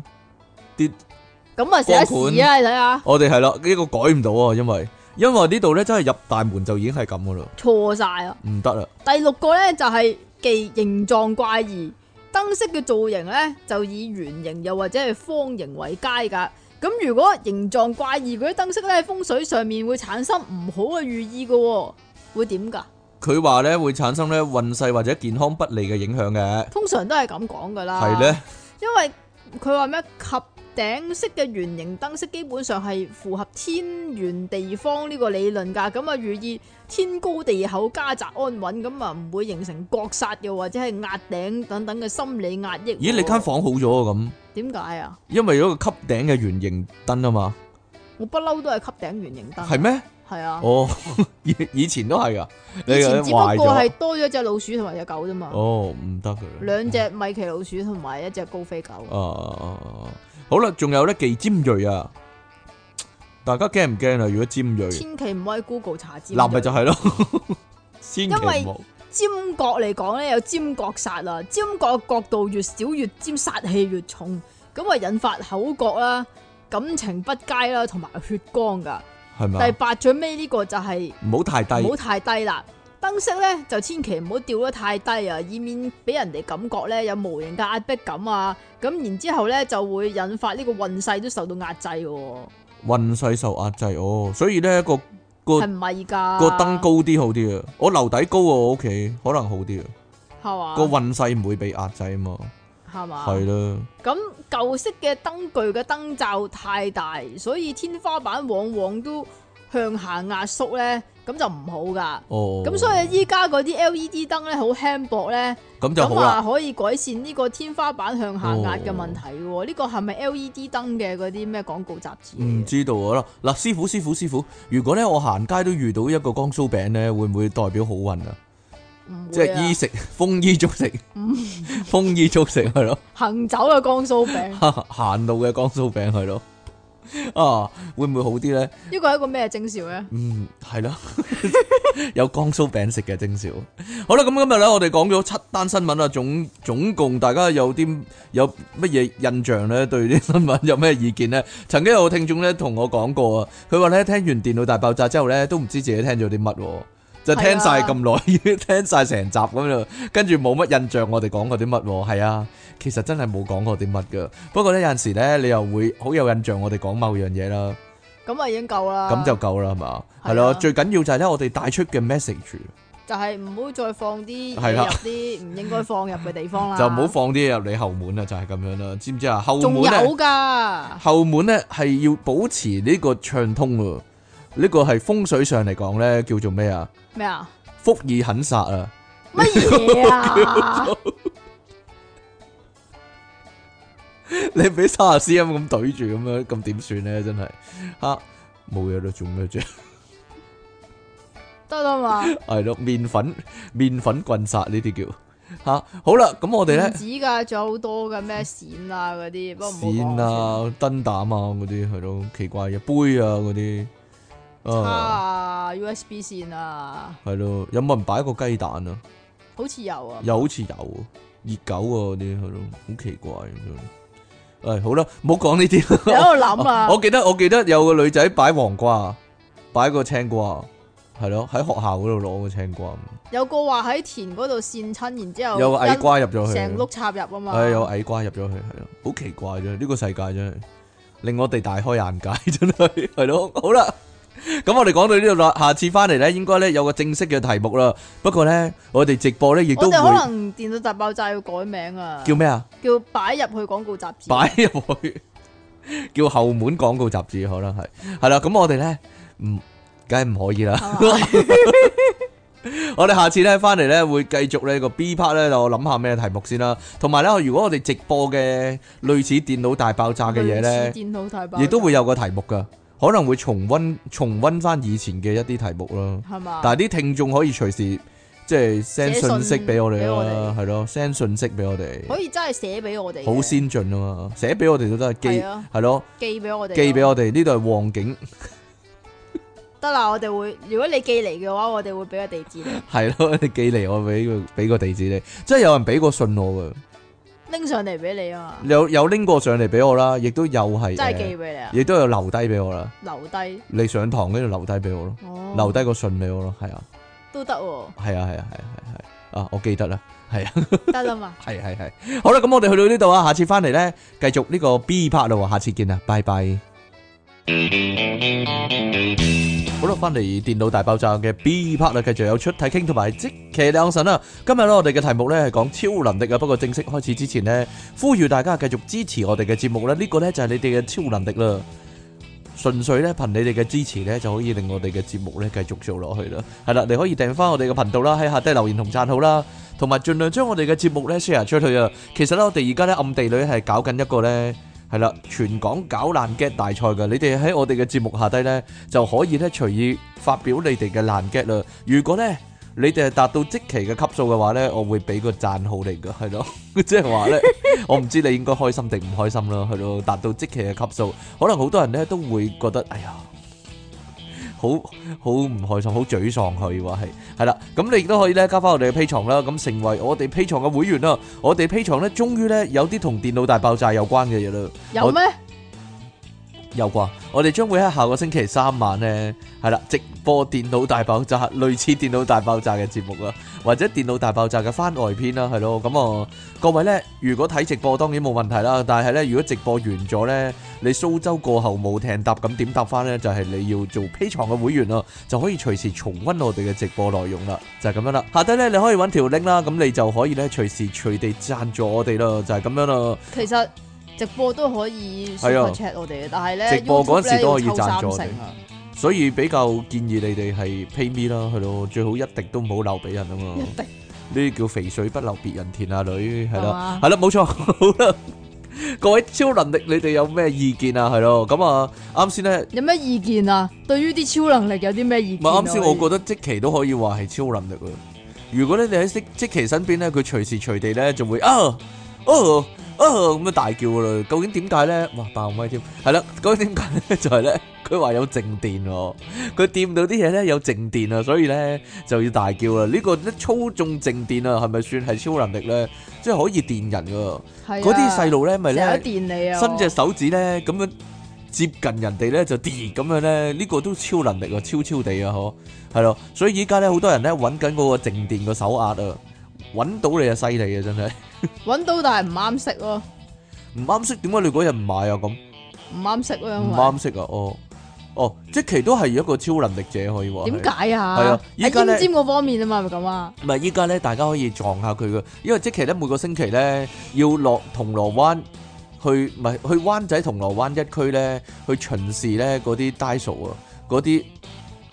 咁啊，成一時啊，你睇下我哋係啦，呢個改唔到啊，因為因為呢度咧真係入大門就已經係咁噶啦，錯晒啊！唔得啦，第六個咧就係、既形狀怪異，燈飾嘅造型咧就以圓形又或者係方形為佳噶。咁如果形狀怪異嗰啲燈飾咧，喺風水上面會產生唔好嘅寓意噶、喎，會點噶？佢話咧會產生咧運勢或者健康不利嘅影響嘅，通常都係咁講噶啦。係咧因為佢話咩及頂式嘅圓形燈飾基本上係符合天圓地方呢個理論㗎，咁啊寓意天高地厚、家宅安穩，咁啊唔會形成角殺又或者係壓頂等等嘅心理壓抑喎。咦你間房好咗啊咁，點解啊？因為嗰個吸頂嘅圓形燈啊嘛，我不嬲都係吸頂圓形燈，係咩？係啊。哦， 以以前都係噶，啊你以前只不過壞咗係啊多咗只老鼠同埋只狗啫嘛，哦，唔得噶啦，兩隻米奇老鼠同埋一隻高飛狗。啊啊啊啊好啦，仲有咧忌尖鋭啊，大家驚唔驚啊？如果尖鋭，千祈唔可以 Google 查尖嗱咪鋭。就係咯，千祈 因為唔好。尖角嚟講咧，有尖角殺啊，尖角角度越少越尖，殺氣越重，咁啊引發口角啦、感情不佳啦，同埋血光噶。係咪第啊？八最尾呢個就係唔好太唔低好，太低啦，燈飾咧就千祈唔好吊得太低啊，以免俾人哋感覺咧有無形嘅壓迫感啊。咁然之後咧就會引發呢個運勢都受到壓制喎，運勢受壓制哦，所以咧個個係咪啊㗎？個燈高啲好啲啊，我樓底高啊，我屋企可能好啲啊，係嘛？個運勢唔會被壓制啊嘛，係嘛？係啦，咁舊式嘅燈具嘅燈罩太大，所以天花板往往都向下壓縮咧，咁就唔好噶。哦，咁、所以依家嗰啲 LED 燈咧好輕薄咧，咁就好咁啦啊，可以改善呢個天花板向下壓嘅問題哦喎。呢、個係咪 LED 燈嘅嗰啲咩廣告雜誌嚟唔嘅？知道啊嗱，嗱，師傅師傅師傅，如果咧我行街都遇到一個江蘇餅咧，會唔會代表好運啊？唔即會係啊嗯衣，食豐衣足食，豐衣足食係咯， 行走嘅江蘇餅，行路嘅江蘇餅係咯，啊，會唔會好啲咧？呢個係一個咩徵兆咧？嗯，係啦， 有江蘇餅食嘅徵兆。好啦，咁今日咧，我哋講咗七單新聞啦，啊總總共大家有啲有乜嘢印象咧？對啲新聞有咩意見咧？曾經有個聽眾咧同我講過啊，佢話咧聽完電腦大爆炸之後咧，都唔知自己聽咗啲乜喎，就聽晒咁耐， 聽晒成集咁樣，跟住冇乜印象我哋講過啲乜喎。係啊，其實真係冇講過啲乜噶。不過咧有陣時咧，你又會好有印象我哋講某樣嘢啦。咁啊已經夠啦。咁就夠啦，係嘛？係係咯，啊最緊要就係咧，我哋帶出嘅 message 就係唔好再放啲嘢係啦入啲唔應該放入嘅地方 啦。就唔好放啲嘢入你後門啦，就係咁樣啦，知唔知啊？後仲門有咧，噶。後門咧係要保持呢個暢通喎，呢個係風水上嚟講咧叫做咩啊？咩啊？福爾肯殺啊！ 乜嘢啊？你俾三十 cm 咁對住咁樣，咁點算咧？真係吓冇嘢啦，做咩啫？ 得啦嘛，係咯，面粉面粉棍殺呢啲叫吓好啦，咁我哋咧唔。止噶，仲有好多嘅咩線啊嗰啲，不過線唔好啊、燈膽啊嗰啲係咯，奇怪嘅杯啊嗰啲，講啦。啊啊，USB 線啊，係咯，有冇人擺個雞蛋啊？好似有啊。又好似有熱狗啊嗰啲係咯，好奇怪咁樣。誒好啦，唔好講呢你啲喺啦。度諗啊 我，記得我記得有個女仔擺黃瓜，擺個青瓜，係咯，喺學校嗰度攞個青瓜，有個話喺田嗰度跣親，然之後有個矮瓜入一咗去，成碌插入啊嘛。係有矮瓜入咗去，係咯，好奇怪啫！呢個世界真係令我哋大開眼界， 真係係咯。好啦，咁我哋講到呢度啦，下次翻嚟咧，應該咧有個正式嘅題目啦。不過咧，我哋直播咧亦我都哋可會能電腦大爆炸要改名啊，叫咩 啊？叫擺入去廣告雜誌。擺入去，叫後門廣告雜誌，可能係係啦。咁我哋咧唔，梗係唔可以啦。係嘛 我哋下次咧翻嚟咧會繼續呢個 B part 咧，我諗下咩題目先啦。同埋咧，如果我哋直播嘅類似電腦大爆炸嘅嘢咧類。似電腦大爆炸，亦都會有個題目噶，可能會重温重温翻以前嘅一啲題目啦。係嘛？但係啲聽眾可以隨時即係 send 啊寫信信息俾我哋俾我啦，哋係咯，send 信息俾我哋，可以真係寫俾我哋嘅，好先進啊嘛，寫俾我哋都得，寄係啊係咯，寄俾我 哋，寄俾我哋呢度係旺景，得啦，我哋會如果你寄嚟嘅話，我哋會俾個地址 你，系咯，你寄嚟我俾個俾个地址你，真係有人俾過信我噶，拎上嚟俾你啊嘛，有有拎過上嚟俾我啦，亦都有係，真係寄俾你啊，亦都有留低俾我啦。留低你上堂跟住留低俾我咯，哦，留低個信俾我咯，係啊，都得喎，係啊，係啊，係啊，係啊係啊，啊，我記得啦，係啊，得 啦嘛，係係係，好啦，咁我哋去到呢度啊，下次翻嚟咧，繼續呢個 B part 啦喎，下次見啦，拜拜。好啦，翻嚟電腦大爆炸嘅 B part 啦，繼續有出體傾同埋即騎兩神啦。今日咧，我哋嘅題目咧係講超能力啊，不過正式開始之前呢，呼籲大家繼續支持我哋嘅節目啦。呢、個呢就係你哋嘅超能力啦。純粹咧憑你哋嘅支持咧，就可以令我哋嘅節目咧繼續做落去啦。係啦，你可以訂翻我哋嘅頻道啦，喺下低留言同讚好啦， 同埋盡量將我哋嘅節目咧 share 出去啊。其實咧，我哋而家咧暗地裏係搞緊一個咧。係啦，全港搞爛 get 大賽㗎，你哋喺我哋嘅節目下低呢，就可以咧隨意發表你哋嘅爛 get 啦。如果呢，你哋係達到即期嘅級數嘅話呢，我會俾個讚好你㗎，係咯，即係話呢，我唔知你應該開心定唔開心啦，係咯，達到即期嘅級數，可能好多人呢都會覺得，哎呀，好好唔開心，好沮喪佢話係，係啦，咁你亦都可以呢，加翻我哋嘅 P 床啦，咁成為我哋 P 床嘅會員啦，我哋 P 床呢，終於呢，有啲同電腦大爆炸有關嘅嘢啦。有咩？有啩，我哋將會喺下個星期三晚呢，係啦，直播《電腦大爆炸》類似《電腦大爆炸》嘅節目啊，或者《電腦大爆炸》嘅番外篇啦，係咯，咁啊，各位呢，如果睇直播當然冇問題啦，但係呢，如果直播完咗呢，你蘇州過後冇艇搭，咁點搭翻呢？就係、你要做 P 床嘅會員啦，就可以隨時重温我哋嘅直播內容啦，就係、咁樣啦。下低呢，你可以揾條 link 啦，咁你就可以呢，隨時隨地贊助我哋啦，就係、咁樣啦。其實直播都可以係啊 super chat 我哋嘅，但係咧直播嗰陣時都可以贊贊助助我哋所以比較建議你哋係 pay me 啦，係咯，最好一滴都唔好留俾人啊嘛，一呢定啲叫肥水不流別人田啊女，係係啦，嘛？係啦，冇錯， 好啦，各位超能力，你哋有咩意見啊？係咯，咁啊，啱先咧，有咩意見啊？對於啲超能力有啲咩意 唔見啊？係啱先，我覺得即期都可以話係超能力啊。如果咧你喺即即期身邊咧，佢隨時隨地咧就會啊哦哦咁啊大叫噶啦。究竟點解咧？哇，爆咪添，係啦，究竟點解咧？就係咧，佢話有靜電喎，佢掂到啲嘢咧有靜電啊，所以咧就要大叫啦。呢、個咧操縱靜電啊，係咪算係超能力咧？即係可以電人噶。係啊嗰啲細路咧咪咧成日。都電你啊！伸隻手指咧咁樣接近人哋咧就跌咁樣咧，呢、個都超能力啊，超超地啊，嗬，係咯，所以依家咧好多人咧揾緊嗰個靜電個手壓啊，揾到你啊犀利啊真係， 揾到但係唔啱色咯，唔啱色點解你嗰日唔買啊咁？唔啱色咯，因唔為啱色啊，哦哦，即其都係一個超能力者可以話係。點解啊？係啊依喺家咧尖尖嗰方面啊嘛，係咪咁啊？唔係依家咧，大家可以撞下佢嘅，因為即期咧每個星期咧要落銅鑼灣去，唔係去灣仔銅鑼灣一區咧去巡視咧嗰啲 Daiso 啊，嗰啲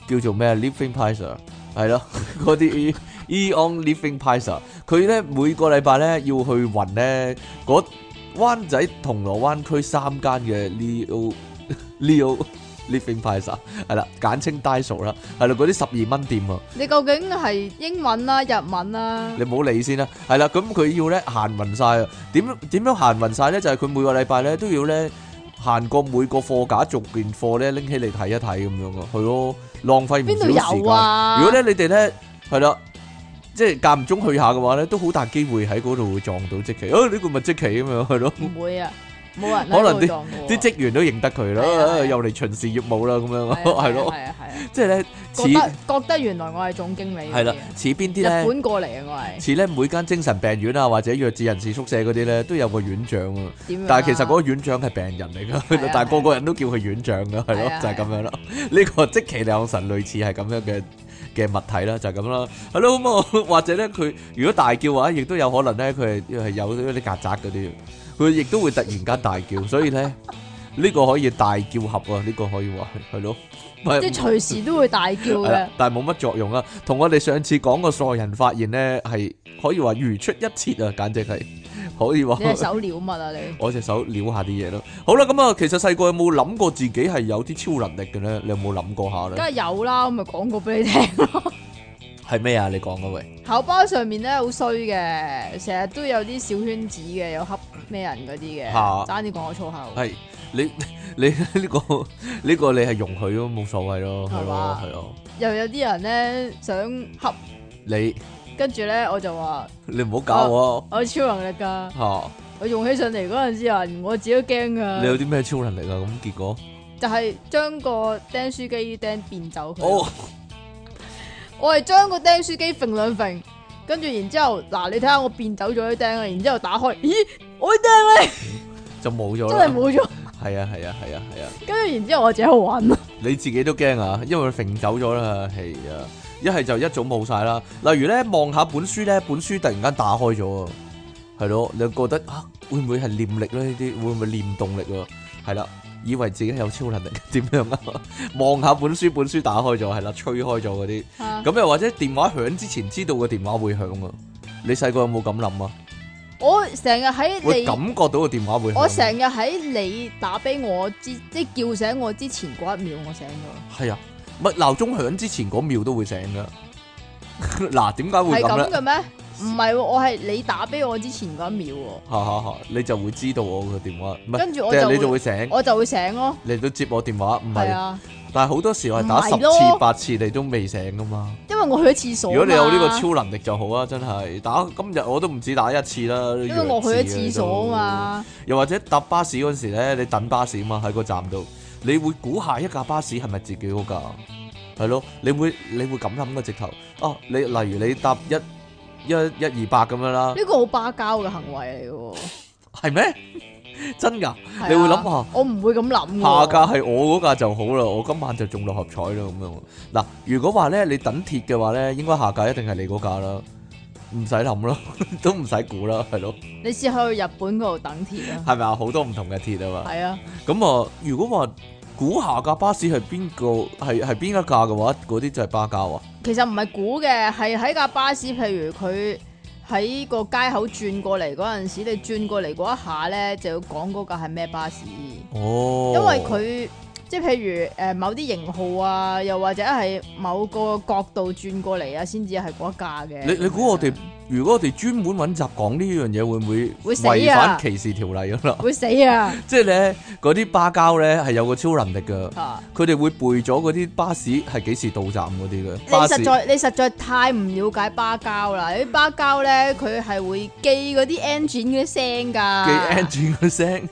叫做咩啊 Living Pizza 啊係咯， 嗰啲 Eon Living Pizza，佢咧每個禮拜咧要去雲咧嗰灣仔銅鑼灣區三間嘅 Leo Leo Living Pizza 係啦，簡稱 Daiso 啦，係啦，嗰啲十二蚊店啊。你究竟係英文啦、日文啦？你唔好理先啦，係啦，咁佢要咧行運晒啊，點點樣行運晒咧？就係、佢每個禮拜咧都要咧行過每個貨架逐件貨咧拎起嚟睇一睇咁樣啊，係咯，浪費邊度唔少時有間。啊？如果咧你哋咧係啦，即係間唔中去下嘅話咧，都好大機會喺嗰度會撞到即奇。啊，呢個咪即奇咁樣係咯，唔會啊，冇人可能喺度撞嘅喎啲職員都認得佢係啊啦，係啊又嚟巡視業務啦咁係啊樣，係咯，係啊係啊，即係咧似覺得覺得原來我係總經理嚟嘅係啦，似邊啲日咧？本過嚟嘅我係似咧每間精神病院啊，或者弱智人士宿舍嗰啲咧，都有個院長啊。點樣啊？但係其實嗰個院長係病人嚟噶，係啊但係個個人都叫佢院長噶，係係咯，啊就係咁樣啦。呢個即其兩神類似係咁樣嘅嘅物體啦，就係咁啦。係咯，咁啊，或者咧佢如果大叫嘅話，亦都有可能咧佢係係有啲曱甴嗰啲，佢亦都會突然間大叫，所以咧呢個可以大叫俠啊，呢 個可以話係係咯，唔係即係隨時都會大叫係啦嘅，但係冇乜作用啊。同我哋上次講個傻人發現咧，係可以話如出一轍啊，簡直係 可以話你。係手撩物啊你？ 我隻手撩下啲嘢咯。好啦，咁啊，其實細個有冇諗過自己係有啲超能力嘅咧？你有冇諗過下梗咧？係有啦，我咪講過俾你聽。係咩啊？你 講啊喂，口包上面咧好衰嘅，成日都有啲小圈子嘅，有恰咩人嗰啲嘅，嚇爭啲講我粗口。係你你 呢個呢個你係容許咯，冇所謂咯，係係咯嘛係咯，又有啲人咧想恰，你跟住咧我就話你唔好搞我我有超能力㗎，吓，我用起上嚟嗰陣時啊，我自己都驚你有㗎，啲咩超能力啊？咁結果就係將個釘書機釘變走佢。啊哦，我係將個釘書機揈兩揈，跟住然之後嗱，你睇下我變走咗啲釘啊，然之後打開，咦，我啲釘咧就冇咗真啦係，冇咗，係啊係啊係啊係啊。跟住然之後我自己 去揾，你自己都驚啊，因為佢揈走咗啦，係啊，一係就一早冇晒啦。例如咧，望下本書咧，本書突然間打開咗啊，係咯，你覺得啊，會唔會係念力咧？呢啲會唔會念動力啊？係啦，以為自己有超能力， 點樣啊？望下本書，本書打開咗，係啦，吹開咗嗰啲，啊咁又或者電話響之前知道個電話會響啊？你細個有冇咁諗啊？我成日喺會你。感覺到個電話會響。我成日喺你打俾我之，即係叫醒我之前嗰一秒，我醒咗，係啊，咪鬧鐘響之前嗰秒都會醒噶。 嗱，點解會係咁咧咁？嘅咩？唔係喎，我係你打俾我之前嗰一秒喎，哈哈哈！你就會知道我個電話，唔係，跟住定我係你就會就會醒，我就會醒咯，你都接我電話，唔係係。啊，但係好多時我係打唔係十次咯八次你都未醒噶嘛。因為我去咗廁所啊如嘛。果你有呢個超能力就好啊，真係打今日我都唔止打一次啦。因因為我去咗廁所啊嘛，又或者搭巴士嗰陣時咧，你等巴士啊嘛，喺個站度，你會估下一架巴士係咪自己嗰架？係咯，你會你會咁諗嘅直頭。哦，你例如你搭一一一二八咁樣啦，呢個好巴交嘅行為嚟嘅喎。係咩？真㗎？係啊 你會諗下？我唔會咁啊諗下㗎。架係我嗰架就好啦，我今晚就中六合彩啦咁樣。嗱，如果話咧你等鐵嘅話咧，應該下架一定係你嗰架啦，唔使諗啦， 都唔使估啦，係咯，你試下去日本嗰度等鐵啊。係咪啊？好多唔同嘅鐵啊嘛。係啊，咁啊，如果話估下架巴士係邊個係係邊一架嘅話，嗰啲就係巴交啊。其實唔係估嘅，係喺架巴士，譬如佢喺個街口轉過嚟嗰陣時，你轉過嚟嗰一下咧，就要講嗰架係咩巴士，哦，因為佢。即係譬如誒、呃某啲型號啊，又或者係某個角度轉過嚟啊，先至係嗰一架嘅。你你估我哋如果我哋專門揾集講呢樣嘢，會唔會會死啊違反歧視條例㗎啦？ 會死啊！即係咧嗰啲巴交咧係有個超能力㗎。嚇佢哋會背咗嗰啲巴士係幾時到站嗰啲嘅你巴士實，在你實在太唔了解巴膠啦！啲巴膠咧，佢係會記嗰啲 engine 嗰啲聲㗎。記 engine 嘅聲，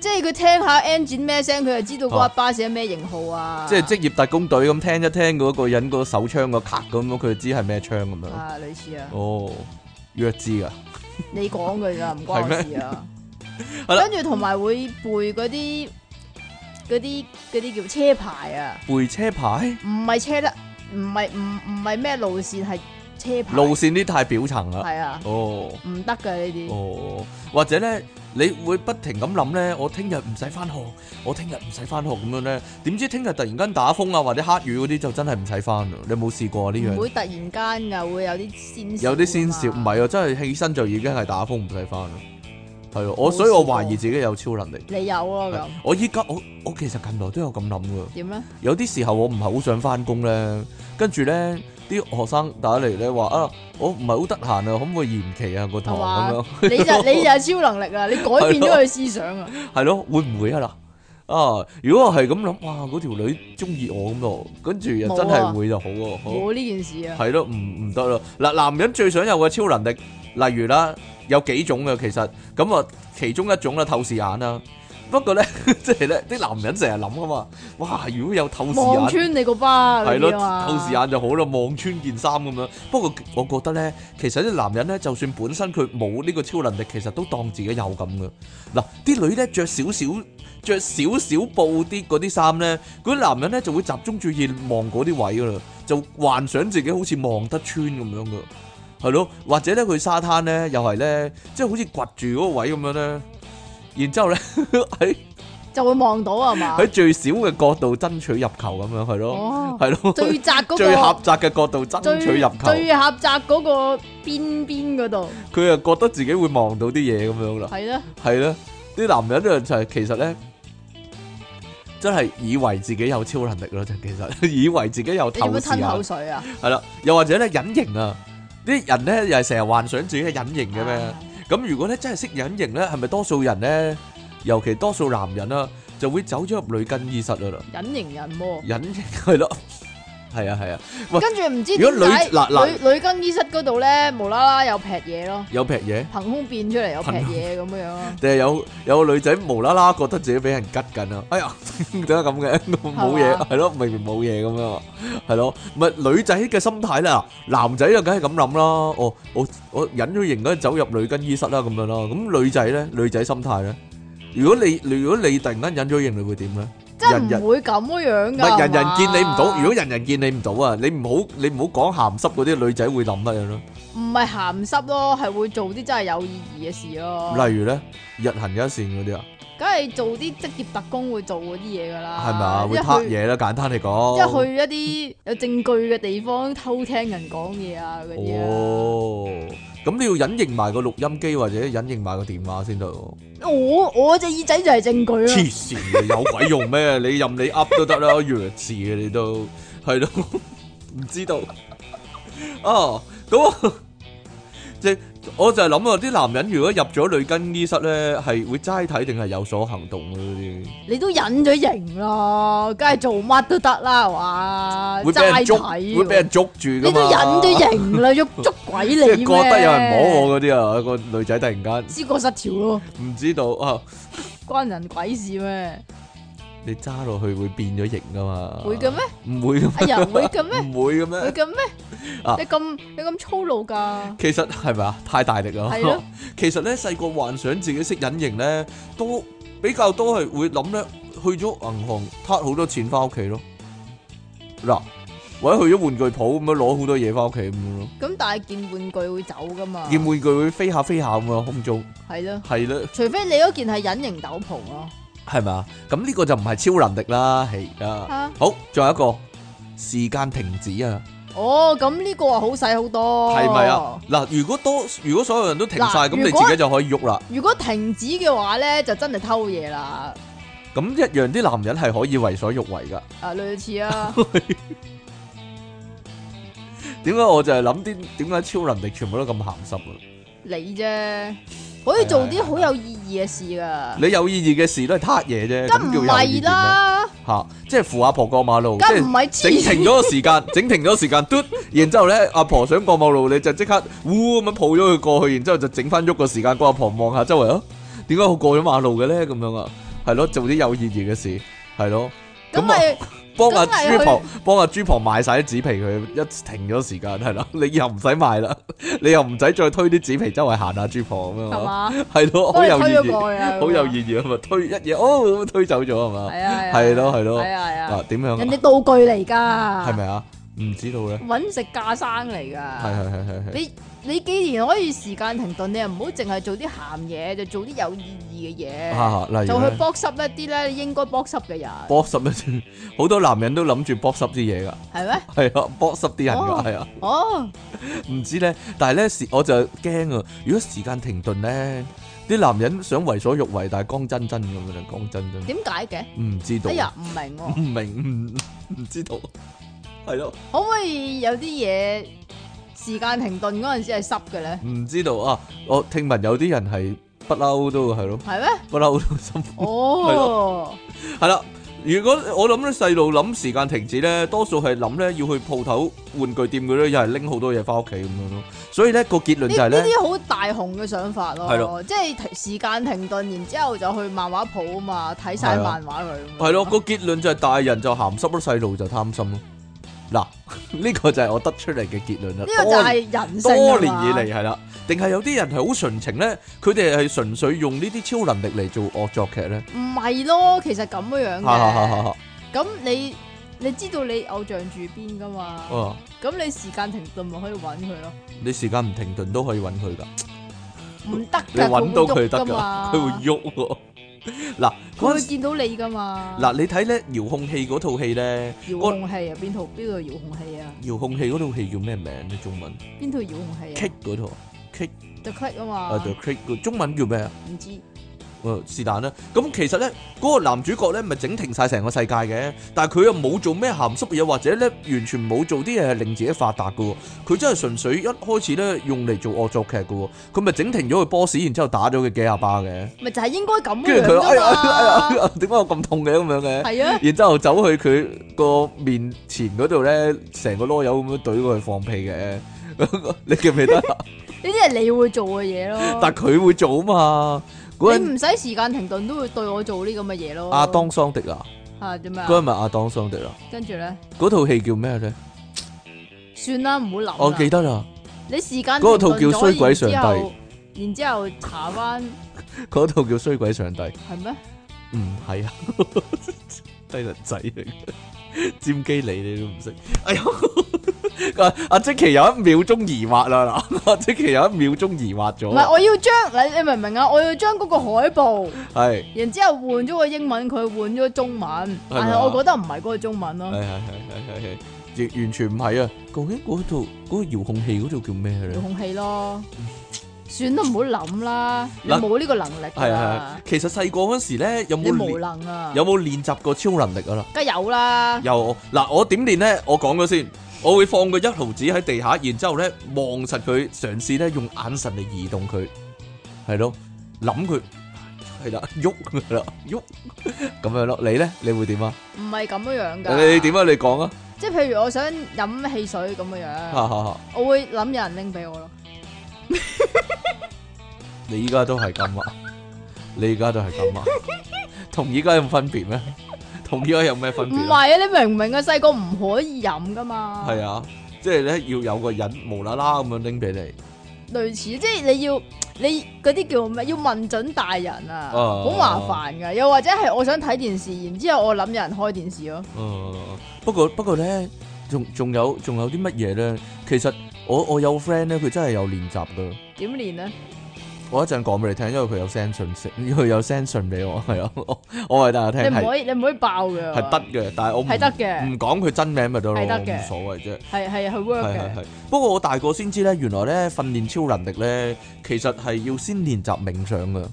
即係佢聽下 engine 咩聲，佢就知道嗰架巴士係咩型號 哦啊。即係職業特工隊咁聽一聽嗰個人嗰手槍個咔咁樣，佢就知係咩槍咁樣。啊，類似啊，哦，弱智啊！你講佢噶，唔關我係事 啊。係啦跟住同埋會背嗰啲嗰啲嗰啲叫車牌啊，背車牌唔係車啦，唔係唔唔係咩路線，係車牌路線啲太表層啦。係啊，哦唔得噶呢啲。哦，或者咧，你會不停咁諗咧，我聽日唔使翻學，我聽日唔使翻學咁樣咧，點知聽日突然間打風啊或者黑雨嗰啲就真係唔使翻啦。你有冇試過啊呢樣唔？會突然間噶，會有啲先兆有啲先兆，㗎唔嘛。係啊，真係起身就已經係打風唔使翻啦，係啊，我冇所以我試過懷疑自己有超能力。你有咯係咁我依家我我其實近來都有咁諗噶，點咧？有啲時候我唔係好想翻工咧，跟住咧啲學生打嚟咧話啊，我唔係好得閒啊，可唔可以延期啊個堂係嘛咁樣？你就你就係超能力啦，你改變咗佢思想啊！係咯，會唔會啊嗱？啊！如果我係咁諗，哇！嗰條女中意我咁咯，跟住又真冇係啊會就好喎。好冇呢件事啊，係咯，唔唔得咯。嗱，男人最想有嘅超能力，例如啦，有幾種嘅其實，咁啊，其中一種啦，透視眼啦。不過咧， 即係咧，啲男人成日諗噶嘛，哇！如果有透視望眼，穿你個巴係嗰咯，啲啊嘛透視眼就好啦，望穿件衫咁樣。不過我覺得咧，其實啲男人咧，就算本身佢冇呢個超能力，其實都當自己有咁嘅。嗱，啲女咧着少少。着少少布啲嗰啲衫咧，嗰啲男人咧就會集中注意望嗰啲位噶啦，就幻想自己好似望得穿咁樣噶，係咯，或者咧佢沙灘咧又係咧，即係好似掘住嗰個位咁樣咧，然之後咧 喺就會望到係嘛？喺最少嘅角度爭取入球咁樣，係咯，哦，係咯，最窄嗰個最狹窄嘅角度爭最取入球，最狹窄嗰個邊邊嗰度佢又覺得自己會望到啲嘢咁樣啦。係啦，係啦，啲男人咧就係其實咧，真係以為自己有超能力咯，就其 實以為自己有你做透乜視吞口啊，水啊？係啦，又或者咧隱形啊，啲人咧又係成日幻想自己係隱形嘅咩？啊咁如果咧真係識隱形咧，係咪多數人咧，尤其多數男人啦，就就會走咗入女更衣室啦啦，隱形人喎。隱形係咯，係啊係啊，喂跟住唔知如點果女解嗱嗱女女更衣室嗰度咧，無啦啦有劈嘢咯，有劈嘢。憑空變出嚟有劈憑空嘢咁樣樣咯。定係有有個女仔無啦啦覺得自己俾人吉緊啊！哎呀， 點解咁嘅？冇嘢係咯，明明冇嘢咁樣啊，係咯，唔係女仔嘅心態啦，男仔就梗係咁諗啦。哦，我我隱咗形嗰陣走入女更衣室啦，咁樣咯。咁女仔咧，女仔心態咧，如果你如果你突然間隱咗形，你會點咧？真人係人唔會咁樣唔㗎。係人人見你唔係到，嘛如果人人見你唔到啊，你唔好你唔好講鹹濕嗰啲女仔會諗乜嘢咯？唔係鹹濕咯，係會做啲真係有意義嘅事咯。例如咧，日行一善嗰啲啊，梗係做啲職業特工會做嗰啲嘢㗎啦。係咪啊？會一撻去嘢啦，簡單嚟講。即係去一啲有證據嘅地方偷聽人講嘢啊，嗰啲啊。哦，咁你要隱形埋個錄音機或者隱形埋個電話先得喎。我-我隻耳仔就係證據啊。黐線嘅，有鬼用咩？你任你噏都得啦，弱智嘅你都係咯，唔知道。哦，咁啊即係我就係諗啊，啲男人如果入咗女更衣室咧，係會齋睇定係有所行動嘅嗰你都忍咗型啦，梗係做乜都得啦，係嘛？啲，會俾人捉，齋睇喎。會俾人捉住噶嘛？ 你都忍咗型啦，喐-捉鬼你即係覺得有人咩？摸我嗰啲啊，個女仔突然間唔知道啊。思覺失調咯，關人鬼事咩？你揸落去會變咗形噶嘛？會嘅咩？唔會嘅咩？哎呀，會嘅咩？唔會嘅咩？會嘅咩？啊。你咁-你咁粗魯㗎？其實係咪啊？太大力啦！係咯 其實咧細個幻想自己識隱形咧，都比較多係會諗咧，去咗銀行攤好多錢翻屋企咯。嗱，或者去咗玩具鋪咁樣攞好多嘢翻屋企咁樣咯，咁但係件玩具會走㗎嘛，件玩具會飛下飛下咁樣空中，係咯，係咯，除非你嗰件係隱形斗篷咯，嚇？係咪啊？咁呢個就唔係超能力啦，係啊。好，仲有一個時間停止啊！哦，咁呢個啊好使好多，係咪啊？？嗱，如果多，如果所有人都停晒，嗱咁你如果自己就可以喐啦。如果停止嘅話咧，就真係偷嘢啦， 咁一樣啲男人係可以為所欲為噶。啊類似啊，點解我就係諗啲點解超能力全部都咁鹹濕啊？你啫，可以做啲好有意義嘅事噶，你有意義嘅事都係撻嘢啫，梗唔咁叫有意義咩？係啦，嚇，即係扶阿婆過馬路，即梗唔係係整黐線停咗個時 間，整停咗個時間，嘟，然之後咧，阿婆想過馬路，你就即刻呼咁樣抱咗佢過去，然之後就整翻喐個時間，個阿婆望下周圍咯，點解我過咗馬路嘅咧？咁樣啊，係咯，做啲有意義嘅事，係咯，咁咁啊。咪幫阿咁咪去豬婆幫阿豬婆賣晒啲紙皮，佢一停咗時間係啦， 你又唔使賣啦， 你又唔使再推啲紙皮周圍行下豬婆咁係樣啊，嘛，係咯，好幫你有推意咗義，過去啊，好有意義啊嘛，推一嘢哦咁推走咗係咁啊，嘛，係啊，啊係咯係咯係啊係啊啊，點樣人啊哋道具嚟 㗎，係係？咪啊？唔知道咧，揾食架生嚟㗎，係係係係係，你你既然可以時間停頓，你又唔好淨係做啲鹹嘢，就做啲有意義嘅嘢，啊例就如去咧 box up 一啲咧應該 box up 嘅人， box 濕一啲，好多男人都諗住 box 濕啲嘢噶，係咩？係啊 box 濕啲人哦噶係啊。哦，唔知咧，但係咧時我就驚啊！如果時間停頓咧，啲男人想為所欲為，但係講真真咁樣，講真真點解嘅？唔知道，哎呀，唔明喎唔，明唔唔知道，係咯，可唔可以有啲嘢時間停頓嗰陣時係濕嘅咧？唔知道啊！我聽聞有啲人係不嬲都係咯，係咩？不嬲都辛苦。嗯係哦，係啦，如果我諗咧細路諗時間停止咧，多數係諗咧要去鋪頭玩具店嗰啲，又係拎好多嘢翻屋企咁樣咯。所以咧個結論就呢係呢咧。啲好大雄嘅想法係咯咯，即係停時間停頓，然之後就去漫畫鋪啊嘛，睇晒係啊漫畫佢。系咯，個結論就係大人就鹹濕咯，細路就貪心咯。嗱， 呢個就係我得出嚟嘅結論啦。呢個就係人性多啊多嘛年以嚟係啦，定係有啲人係好純情咧，佢哋係純粹用呢啲超能力嚟做惡作劇咧。唔係咯，其實咁樣樣哈哈哈哈嘅。哈！咁你你知道你偶像住邊噶嘛？哦，咁你時間停頓咪可以揾佢咯？你時間唔停頓都可以揾佢噶，唔得㗎你揾到佢得佢噶，會喐㗎嘛佢會喐喎。 嗱，佢嗰會陣時見到你噶嘛？嗱，你睇咧遙控器嗰套戲咧，遙我控器啊，邊套邊套遙控器啊？遙控器嗰套戲叫咩名咧？中文邊套遙控器啊 Kick 嗰套 Kick 就 click 啊啊嘛， ，The Kick 個中文叫咩啊？唔知誒是但啦。咁其實咧，嗰、個男主角咧，咪整停晒成個世界嘅，但係佢又冇做咩鹹濕嘢，或者咧完全冇做啲嘢係令自己發達嘅喎。佢真係純粹一開始咧用嚟做惡作劇嘅喎，佢咪整停咗個 boss，然之後打咗佢幾下巴嘅，咪就係應該咁跟樣住佢哎呀哎呀哎啫嘛。呀，點解我咁痛嘅咁樣嘅？係啊，然之後走去佢個面前嗰度咧，成個啰柚咁樣懟佢放屁嘅，你記唔記得？呢啲係你會做嘅嘢咯。但佢會做啊嘛，嗰你陣唔使時間停頓都會對我做呢咁嘅嘢咯。阿當桑迪啊，啊點啊？嗰陣咪阿當桑迪啊，跟住咧，嗰套戲叫咩咧？算啦，唔好諗啦。我記得啦，你時間嗰個套停頓咗叫衰鬼上帝然之後然之後查翻嗰套叫《衰鬼上帝》，係咩？唔係啊， 低能仔嚟嘅，尖機你你都唔識，哎呀！阿 阿即奇有一秒鐘疑惑啦，嗱， 阿即奇有一秒鐘疑惑唔係，咗，我要將你你明唔明啊？我要將嗰個海報，係然之後換咗個英文，佢換咗中文，但係我覺得唔係嗰個中文係係係咯，係係係，亦完全唔係啊！究竟嗰度嗰個遙控器嗰度叫咩遙咧？控器咯。算啦，唔好諗啦，你嗱冇呢個能力係啊係，，其實細個嗰時咧，有你冇無練能啊，有冇練習過超能力啊？啦，梗係有啦，又嗱，我點練咧？我講咗先，我會放個一毫子喺地下，然之後咧望實佢，嘗試咧用眼神嚟移動佢，係咯，諗佢係啦， 喐係啦，喐咁樣咯。你咧，你會點啊？唔係咁樣樣噶。你點啊？你講啊！即係譬如我想飲汽水咁樣樣，哈哈哈！我會諗有人拎俾我咯。你依家都係咁啊！你依家都係 咁啊！同依家有分別咩？同依家有咩分唔別係啊？啊，你明唔明啊？細個唔可以飲噶嘛。係啊，即係咧要有個人無啦啦咁樣拎俾你，類似，即係你要你嗰啲叫咩？要問準大人啊，好麻煩噶。又或者係我想睇電視，然之後我諗有人開電視咯。嗯，不過不過咧，仲仲有仲有啲乜嘢咧？其實我我有 friend 咧，佢真係有練習噶。點練呢？我一陣講俾你聽，因為佢有 send 信息，佢有 send 信俾我，係啊， 我我話大家你聽唔係可以，你唔可以爆噶。係嗯得嘅，但係我唔係得嘅唔講佢真名咪得咯，係得嘅冇所謂啫。係係係 work 係係嘅。係，不過我大個先知咧，原來咧訓練超能力咧，其實係要先練習冥想噶，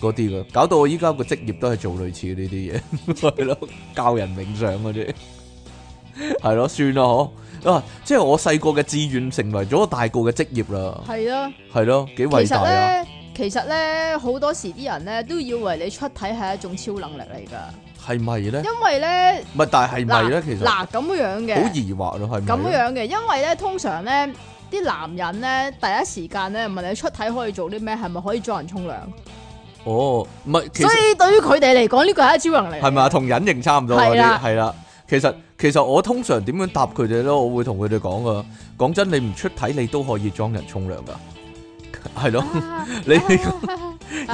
嗰啲噶，搞到我依家個職業都係做類似呢啲嘢， 係咯，教人冥想嗰啲，係咯，算啦嗬，啊，即係我細個嘅志願成為咗我大個嘅職業啦，係啊，係咯，幾其偉大實啊，咧，其實咧，好多時啲人咧都以為你出體係一種超能力嚟噶， 係咪咧？因為咧唔係，但係係咪咧？嗱其實嗱咁樣嘅，好疑惑啊咯，係咪咁呢？樣嘅，因為咧通常咧啲男人咧第一時間咧問你出體可以做啲咩，係咪可以幫人沖涼？哦，唔係，其所實。以對於佢哋嚟講，呢個係一招能力嚟嘅。係咪啊？ 同隱形差唔多嗰係啲，啦係啦。其實其實我通常點樣答佢哋咧？我會同佢哋講噶。講真，你唔出體，你都可以裝人沖涼噶， 係咯。 啊？ 你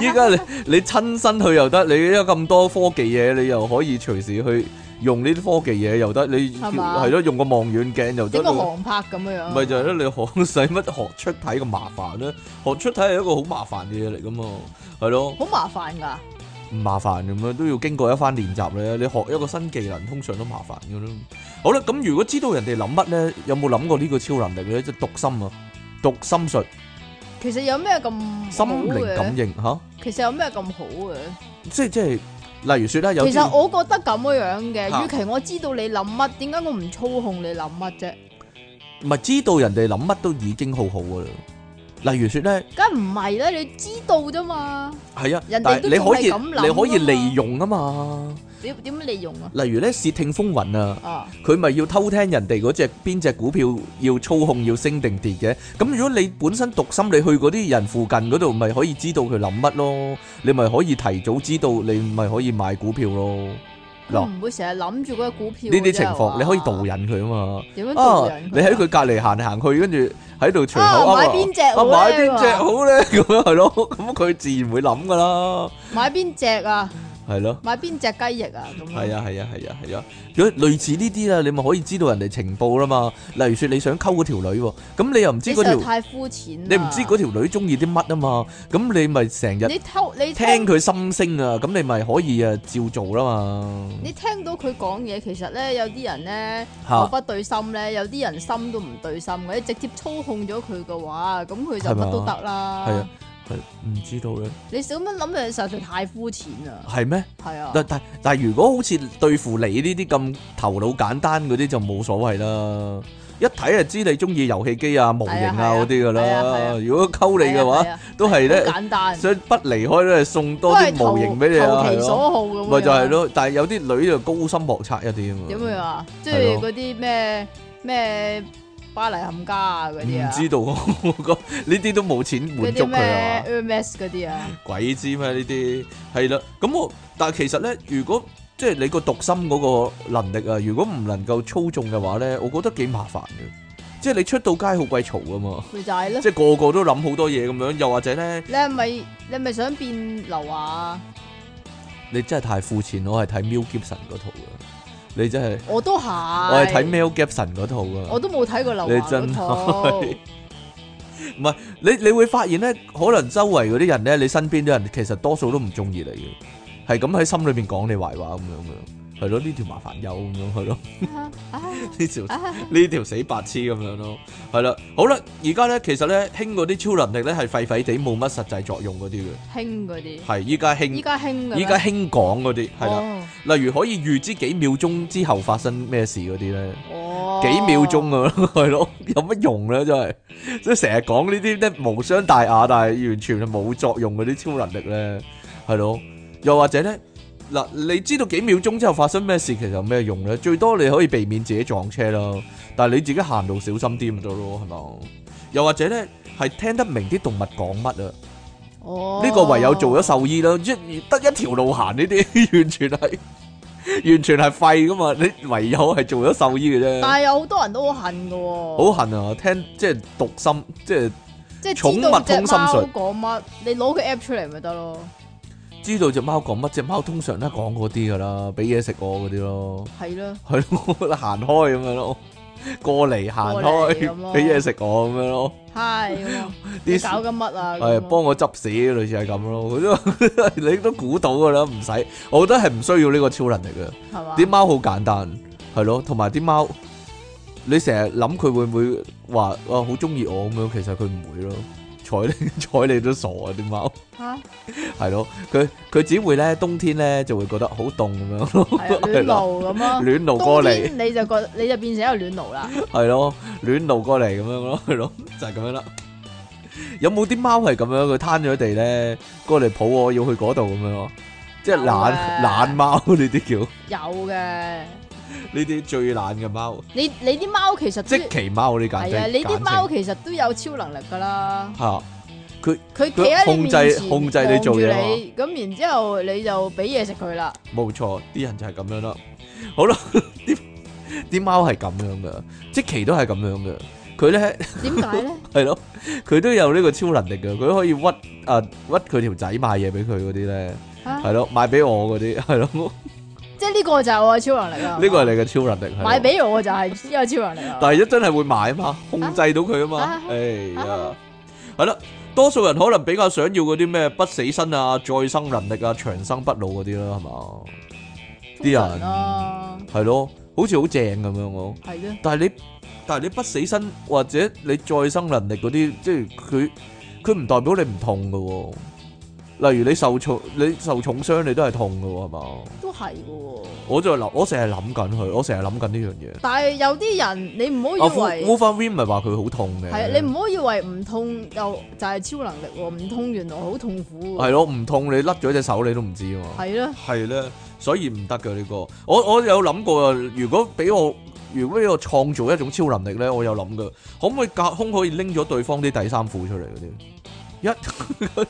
依家你你親身去又得，你有咁多科技嘢，你又可以隨時去用呢啲科技嘢又得，你係嘛係咯，用個望遠鏡又得整。個航拍咁樣樣。咪就係咯，你學使乜學出體咁麻煩咧？學出體係一個好麻煩嘅嘢嚟噶嘛，係咯。好麻煩㗎，唔麻煩咁樣，都要經過一番練習咧。你學一個新技能，通常都麻煩嘅咯。好啦，咁如果知道人哋諗乜咧，有冇諗過呢個超能力咧？即係讀心啊，讀心術、啊其實有咩咁好心靈感嘅？應吓，其實有咩咁好嘅？即係即係，例如説咧，有其實啲我覺得咁樣樣嚇嘅，與其我知道你諗乜，點解我唔操控你諗乜啫？唔係知道人哋諗乜都已經好好噶啦。例如説咧，梗唔係啦，你知道啫嘛，係啊，人哋但係都你仲可係咁以諗你可以㗎嘛利用啊嘛。點點利用啊？例如咧，竊聽風雲啊。啊，佢咪要偷聽人哋嗰只邊只股票要操控要升定跌嘅？咁如果你本身讀心，你去嗰啲人附近嗰度，咪可以知道佢諗乜咯？你咪可以提早知道，你咪可以買股票咯。嗱，我呢唔會成日諗住嗰個股票嘅啫。啲情況哇你可以導引佢啊點樣嘛。啊導人，你佢啊？喺佢隔離行嚟行去，跟住喺度隨口啊啊，買邊只啊好咧？買邊只佢話好咧？咁樣係咯，咁佢自然會諗噶啦，買邊只啊？係咯。買邊只雞翼啊？咁樣係啊係啊係啊係啊，如果類似呢啲啦，你咪可以知道人哋情報啦嘛。例如說你想溝嗰條女喎，咁你又唔知你嗰啊實在條，太膚淺啦你唔知嗰條女中意啲乜啊嘛，咁你咪成日你偷你聽聽佢心聲啊，咁你咪可以啊照做啦嘛。你聽到佢講嘢，其實咧有啲人咧嚇口不對心咧，有啲人心都唔對心嘅，你直接操控咗佢嘅話，咁佢就係咪啊乜都得啦。係啊，係唔知道咧，你咁樣諗嘅實在太膚淺啦，係咩？係啊，但但但如果好似對付你呢啲咁頭腦簡單嗰啲就冇所謂啦，一睇就知你中意遊戲機啊、模型啊係啊嗰啲噶係啊係啦啊。如果溝你嘅話係，啊，都係係咧啊好簡單，想不離開咧，送都多係啲投模型俾你啊，投係其咯，所好咁樣，啊咪就係，咯。但係有啲女就高深莫測一啲啊嘛。點樣啊？即係係咯嗰啲咩咩巴黎冚家啊嗰啲唔啊，知道， 我覺呢啲都冇錢嗰滿足啲佢啊咩。Hermes 嗰啲啊，鬼知咩呢啲？係啦，咁我但係其實咧，如果即係你個讀心嗰個能力啊，如果唔能夠操縱嘅話咧，我覺得幾麻煩嘅。即係你出到街好鬼嘈噶 嘛，咪就係咯。即係個個都諗好多嘢咁樣，又或者咧，你係咪你係咪想變劉華啊？你真係太膚淺，我係睇 Mel Gibson 嗰套啊，你真係我都係，我係睇 Mel Gibson 嗰套啊。我都冇睇過劉華你嗰真套，係唔係你，你會發現咧，可能周圍嗰啲人咧，你身邊啲人其實多數都唔中意你嘅，係咁喺心裏邊講你壞話咁樣嘅，係咯呢條麻煩友咁樣係咯， 呢條呢條死白痴咁樣咯，係啦，好啦，而家咧其實咧興嗰啲超能力咧係廢廢地冇乜實際作用嗰啲嘅，興嗰啲，係依家依興家興嘅咩，哦依家興講嗰啲係啦，啦，例如可以預知幾秒鐘之後發生咩事嗰啲咧。哦，幾秒鐘咁 樣，係咯，有乜用咧？真係，即係成日講呢啲咧無傷大雅，但係完全係冇作用嗰啲超能力咧，係咯。又或者咧，嗱，你知道幾秒鐘之後發生咩事，其實有咩用咧？最多你可以避免自己撞車啦，但係你自己行路小心啲咪得咯，係嘛？又或者咧，係聽得明啲動物講乜啊？哦，呢個唯有做咗獸醫啦，一得一條路行呢啲， 完全係完全係廢噶嘛！你唯有係做咗獸醫嘅啫。但係有好多人都好恨嘅好喎，恨啊！聽即係讀心，即係即係寵知物道只通心貓術講乜，你攞佢 app 出嚟咪得咯，知道只貓講乜。只貓通常都係講嗰啲噶啦，俾嘢食我嗰啲咯，係咯，係咯， 行開咁樣咯，過嚟行開過嚟咁，咯俾嘢食我咁樣咯，嗨咁樣，你搞 啲緊乜啊？係咁樣幫我執屎，類似係咁咯。 佢都你都估到噶啦，唔使，我覺得係唔需要呢個超能力嘅。係嘛？啲貓好簡單，係咯，同埋啲貓，你成日諗佢會唔會話啊好中意我咁樣，其實佢唔會咯，睬你 睬你都傻啊啲貓。嚇係咯，佢佢只會咧冬天咧就會覺得好凍咁樣咯， 係啊暖爐咁咯，暖爐過冬嚟，天你就覺你就變成一個暖爐啦，係咯，暖爐過嚟咁樣咯， 係咯，就係咁樣啦。有冇啲貓係咁樣？佢攤咗地咧，過嚟抱我，要去嗰度咁樣咯，即係懶有嘅懶貓呢啲叫有嘅，呢啲最懶嘅貓，你你啲貓其實都即奇貓呢簡係啊，稱，你啲簡貓其實都有超能力噶啦稱，嚇佢企喺你控面前制控制你做嘢啊嘛望住你咁然之後你就俾嘢食 佢啦，冇錯，啲人就係咁樣啦。好啦， 啲啲貓係咁樣嘅，即奇都係咁樣嘅，佢咧。點解 咧？係咯，佢都有呢個超能力嘅，佢可以屈啊屈佢條仔買嘢俾佢嗰啲咧，啊係咯，買俾我嗰啲，係咯，即係呢個就係我嘅超能力啦，呢個係你嘅超能力，係咯啊買，俾我就係呢個超能力啦，但係一真係會買啊嘛，控制到佢啊嘛啊，哎呀啊，係啦，多數人可能比較想要嗰啲咩不死身啊、再生能力啊、長生不老嗰啲啦，係嘛，啲人通常啦，係咯，好似好正咁樣喎。係啊咯，但係你但係你不死身或者你再生能力嗰啲，即係佢佢唔代表你唔痛噶、喎。例如你受重你受重傷，你都係痛噶喎，係嘛？都係嘅喎。我就諗，我成日諗緊佢，我成日諗緊呢樣嘢。但係有啲人你唔阿好以 w 為 o l v e r i n 咪話佢好痛嘅，係啊，你唔好以為唔痛又就係超能力喎，唔痛原來好痛苦係喎。咯？唔痛你甩咗隻手你都唔知啊嘛。係咯，係咧，所以唔得嘅呢個。我我有諗過啊，如果俾我，如果俾我創造一種超能力咧，我有諗嘅，可唔可以隔空可以拎咗對方啲底衫褲出嚟嗰啲？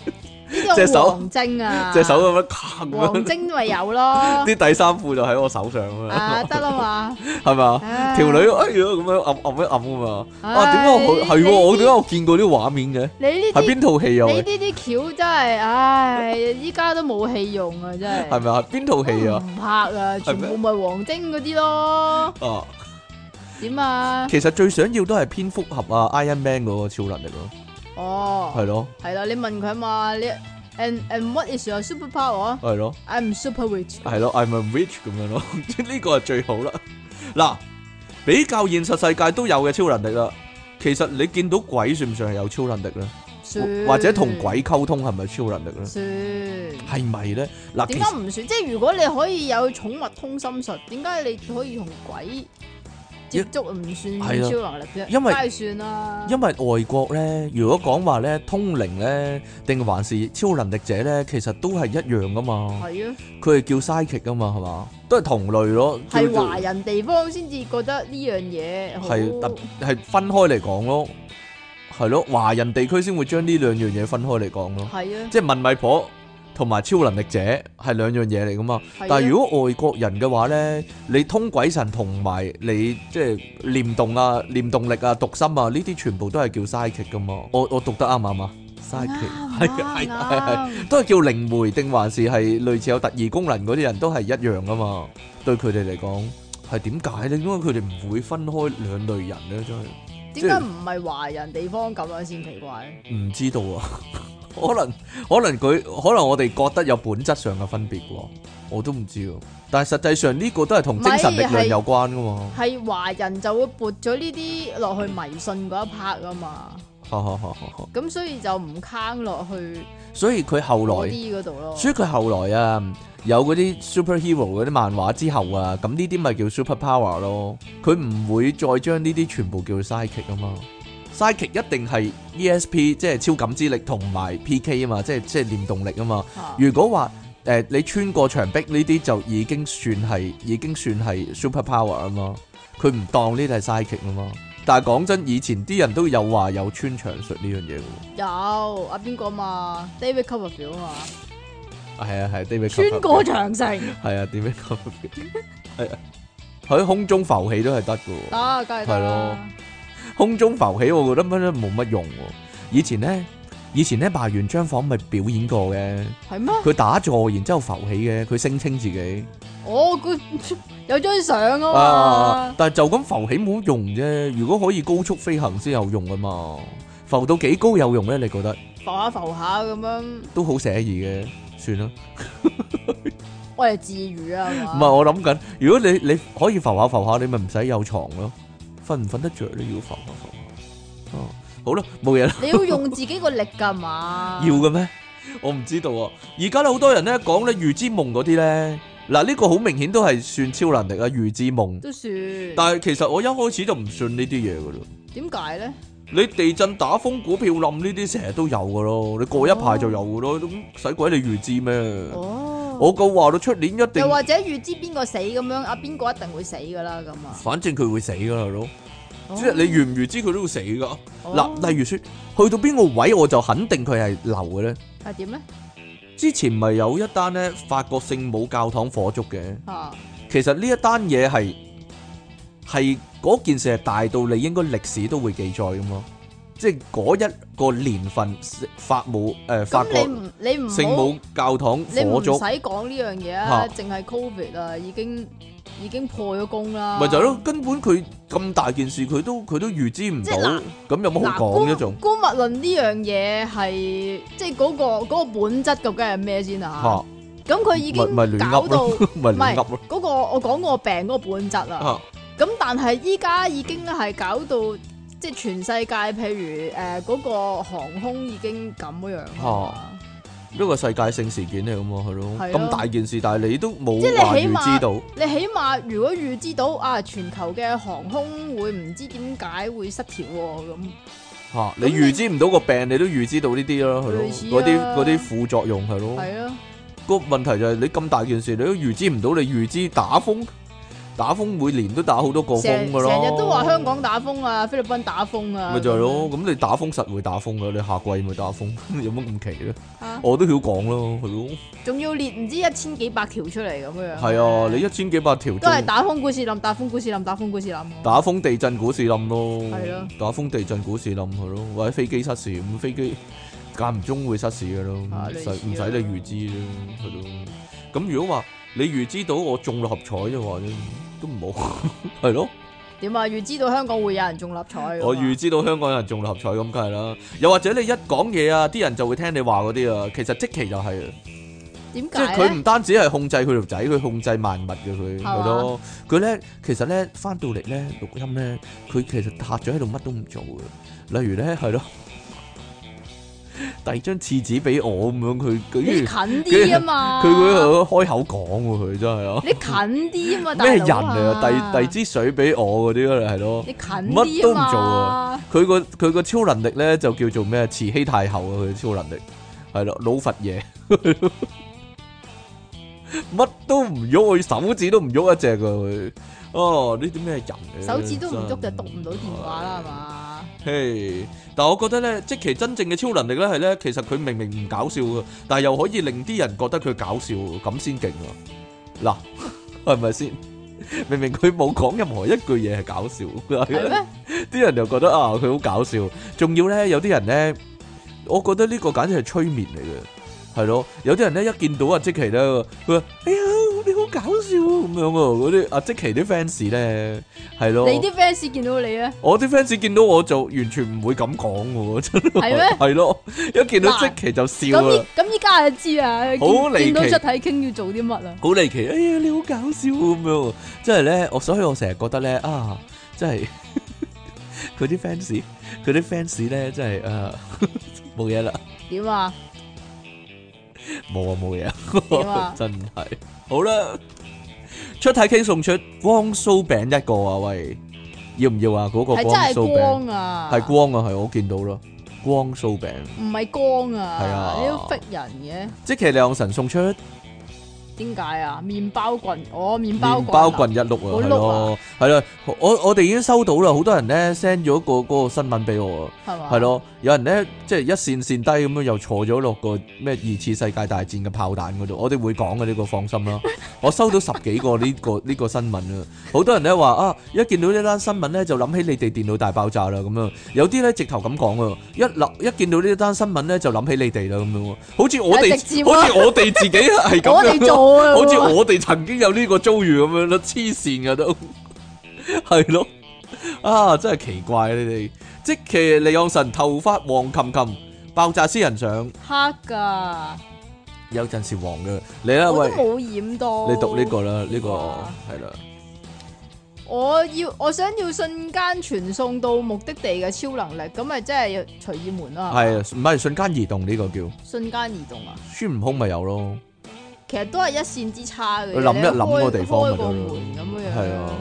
呢啲隻手好王晶啊，一隻手咁樣咔咁王樣，晶咪有 咯，啲底衫褲就喺我手上咁啊樣，得啦嘛，係咪啊？唉條女哎呀咁樣揞揞一揞啊嘛。啊，點解我唉係你喎？我點解我見過啲畫面 嘅？你呢係啲邊套戲啊？你喂呢啲橋真係，唉，依家都冇戲用啊，真係係。咪啊？邊套戲啊？唔拍啊，全咩部咪王晶嗰啲咯。啊，點啊？其實最想要都係蝙蝠俠啊、Iron Man 嗰個超能力咯，哦，係咯，係啦，你問佢啊嘛，你 and and what is your super power？係咯。 I'm super rich。係咯，I'm a rich 咁樣咯， 呢個係最好啦。嗱，比較現實世界都有嘅超能力啦。其實你見到鬼算唔算係有超能力咧？算或者同鬼溝通係咪超能力咧？算。係咪咧？嗱，啊其點實解唔算？即係如果你可以有寵物通心術，點解你可以同鬼接觸唔算係啊超能力啫？因為梗係算啦。因為外國咧，如果講話咧通靈咧，定還是超能力者咧，其實都係一樣噶嘛。係啊，佢係叫 psychic 噶嘛，係嘛？都係同類咯，叫係做華人地方先至覺得呢樣嘢好係特係分開嚟講咯，係咯，華人地區先會將呢兩樣嘢分開嚟講咯。係啊。即係問米婆同埋超能力者係兩樣嘢嚟噶嘛。係啊但係如果外國人嘅話咧，你通鬼神同埋你即係念動啊、念動力啊、讀心啊，呢啲全部都係叫 psychic 噶嘛。我我讀得啱唔啱啊？psychic 係啊係啊係啊係啊，啱啱都係叫靈媒定還是係類似有特異功能嗰啲人都係一樣噶嘛。對佢哋嚟講係點解咧？因為佢哋唔會分開兩類人咧，真係。點解唔係華人地方咁樣先奇怪？唔知道啊， 可能可能佢可能我哋覺得有本質上嘅分別喎，我都唔知喎。但係實際上呢個都係同精神力量有關噶嘛，係華人就會撥咗呢啲落去迷信嗰一 part 啊嘛，哈哈哈哈哈咁所以就唔坑落去所以佢後嗰來，啲嗰度咯。所以佢後來啊，有嗰啲 superhero 嗰啲漫畫之後啊，咁呢啲咪叫 super power 咯。佢唔會再將呢啲全部叫 psychic 啊嘛。psychic 一定係 ESP，即係超感知力同埋 PK 啊嘛，即係即係念動力啊嘛。嚇如果話誒、呃你穿過牆壁呢啲就已經算係已經算係 super power 啊嘛，佢唔當呢啲係 psychic 啊嘛。但係講真，以前啲人都有話有穿牆術呢樣嘢嘅有啊邊個嘛？David Copperfield 啊嘛，喎，係啊係啊，David 穿 Copperfield 過長城係啊，David Copperfield 係啊，喺空中浮起都係得嘅喎。啊，梗係得啦。空中浮起，我覺得乜都冇乜用喎。以前咧，以前咧，白元張房咪表演過嘅，係咩？佢打坐然之後浮起嘅，佢聲稱自己。我個有張相啊啊嘛！，但係就咁浮起冇用啫。如果可以高速飛行先有用啊嘛。浮到幾高有用咧？你覺得浮下浮下咁樣，都好寫意嘅，算啦。我係自娛啊係唔嘛係。我諗緊，如果你你可以浮下浮下，你咪唔使有床咯。瞓唔瞓得着咧？要浮下浮下。哦，好啦，冇嘢啦。你要用自己個力㗎 嘛？要嘅咩？我唔知道啊。而家咧好多人咧講咧預知夢嗰啲咧，嗱呢個好明顯都係算超能力啊，預知夢。都算。但係其實我一開始就唔信呢啲嘢噶啦。點解咧？你地震打風股票冧呢啲成日都有噶咯，你過一排就有噶咯，咁使鬼你預知咩？哦，嗯我夠話到出年一定又，或者預知邊個死咁樣，啊邊個一定會死㗎啦咁啊。反正佢會死噶啦咯，哦即係你預唔預知佢都會死噶。哦嗱，例如說去到邊個位我就肯定佢係流嘅咧。係點咧？之前咪有一單咧法國聖母教堂火燭嘅，啊，其實呢一單嘢係係嗰件事係大到你應該歷史都會記載噶嘛，即係嗰一個年份法母誒、呃法咁國。你唔你唔好聖母教堂你火唔使燭，講呢樣嘢嚇啊，淨係 Covid 啊，已經已經破咗功啦。咪就係咯，根本佢咁大件事，佢都佢都預知唔即到係嗱，咁有乜嗱，好講姑啫？仲姑勿論呢樣嘢係即係嗰個嗰個本質究竟係咩先啊嚇？咁佢已咪咪亂經搞噏到咯唔， 咪亂係噏咯嗰個我講個病嗰個本質啊。嚇咁但係依家已經係搞到即係全世界，譬如誒嗰、個航空已經咁樣啦，呢個世界性事件嚟咁嘛，係咯，係咯咁大件事，但係你都冇即係你話起碼預知到，你起碼如果預知到啊，全球嘅航空會唔知點解會失調喎、咁，嚇你咁你預知唔到個病，你都預知到呢啲咯，係咯，類似嗰啲啊嗰啲副作用係咯。係咯，個問題就係你咁大件事，你都預知唔到，你預知打風，打風每年都打好多個風成㗎成咯。日都話香港打風啊，菲律賓打風啊，咪就係咯，咁你打風實會打風噶，你下季咪打風， 有乜咁奇咧？啊我都曉講咯，係咯，咁，仲要列唔知一千幾百條出嚟咁樣，係啊，你一千幾百條都係中打風股市冧，打風股市冧，打風股市冧，打風地震股市冧咯係咯，打風地震股市冧佢咯，或者飛機失事咁，飛機間唔中會失事嘅咯，啊唔類使似啊唔使你預知啫，係咯。咁如果話你預知到我中六合彩嘅話咧，都唔好 係咯。點啊？預知到香港會有人中立彩㗎嘛，我預知到香港人中六合彩咁，梗係啦。又或者你一講嘢啊，啲人就會聽你話嗰啲啊。其實即期就係啊。即係點解佢咧？唔單止係控制佢條仔，佢控制萬物嘅佢係嘛係咯。佢咧其實咧翻到嚟咧錄音咧，佢其實塌咗喺度乜都唔做嘅。例如咧係咯，遞張廁紙俾我咁樣，佢你近佢啲啊嘛，佢佢開口講喎，佢真係啊！你近啲啊嘛，大咩人佬嚟啊？遞遞支水俾我嗰啲咧，係咯。你近乜都啲唔做啊啊嘛，佢個佢個超能力咧就叫做咩？慈禧太后啊！佢嘅超能力係咯，老佛爺，乜都唔喐，佢手指都唔喐一隻噶佢。哦，呢啲咩人 嚟？手指都唔喐就讀唔到真係電話啦，係嘛？嘿，但我覺得咧，即其真正嘅超能力咧係咧，其實佢明明唔搞笑嘅，但係又可以令啲人覺得佢搞笑喎，咁先勁啊！嗱，係咪先？明明佢冇講任何一句嘢係搞笑，係咩？啲人就覺得啊，佢好搞笑。仲要咧，有啲人咧，我覺得呢個簡直係催眠嚟嘅，係咯。有啲人咧一見到阿啊即奇咧，佢話：哎呀，你好搞笑啊咁樣啊！嗰啲阿即奇啲 fans 咧，係咯。你啲 fans 見到你咧，我啲 fans 見到我就完全唔會咁講嘅喎，真係係咩？係咯，一見到即嗱奇就笑咁啦依，咁依家就知啊，見好離奇見到出體傾要做啲乜啊啦？好離奇！哎呀，你好搞笑咁樣，即係咧，我所以我成日覺得咧啊，真係 佢啲 fans，佢啲 fans 咧真係啊 冇嘢啦，點啊？冇啊冇嘢啊點啊 真係好啦，出體傾送出光酥餅一個啊，喂，要唔要啊？嗰、個係真光係酥餅光啊，係光啊，係我見到啦，光酥餅。唔係光係啊啊？你都逼人即其兩神送出嘅，點解啊？麵包棍，哦，麵包麵棍啊，包棍一碌好啊，係碌咯啊，係啦，我我哋已經收到啦，好多人咧 send 咗個嗰個新聞俾我啊，係嘛？係，咯，有人咧即係一線線低咁樣又坐咗落個咩二次世界大戰嘅炮彈嗰度，我哋會講嘅呢個放心啦， 我收到十幾個呢個呢個新聞啊，好多人咧話啊，一見到呢單新聞咧就諗起你哋電腦大爆炸啦咁樣，有啲咧直頭咁講啊，一諗一見到呢單新聞咧就諗起你哋啦咁樣喎，好似我係直接哋啊好似我哋自己係咁樣啊。我哋做啊，好似我哋曾經有呢個遭遇咁樣咯，黐線噶都嗯係咯，啊真係奇怪你哋，即其利昂神頭髮黃冚冚，爆炸私人相黑噶，有陣時黃嘅，你啦我喂都，冇染到。你讀呢個啦，呢個哇係啦，我要我想要瞬間傳送到目的地嘅超能力，咁咪真係要隨意門係啦。嘛啊，唔係瞬間移動呢個叫瞬間移動啊，孫悟空咪有咯，其實都係一線之差嘅。佢諗一諗個個地方咪開個得門咯咁，樣。係啊，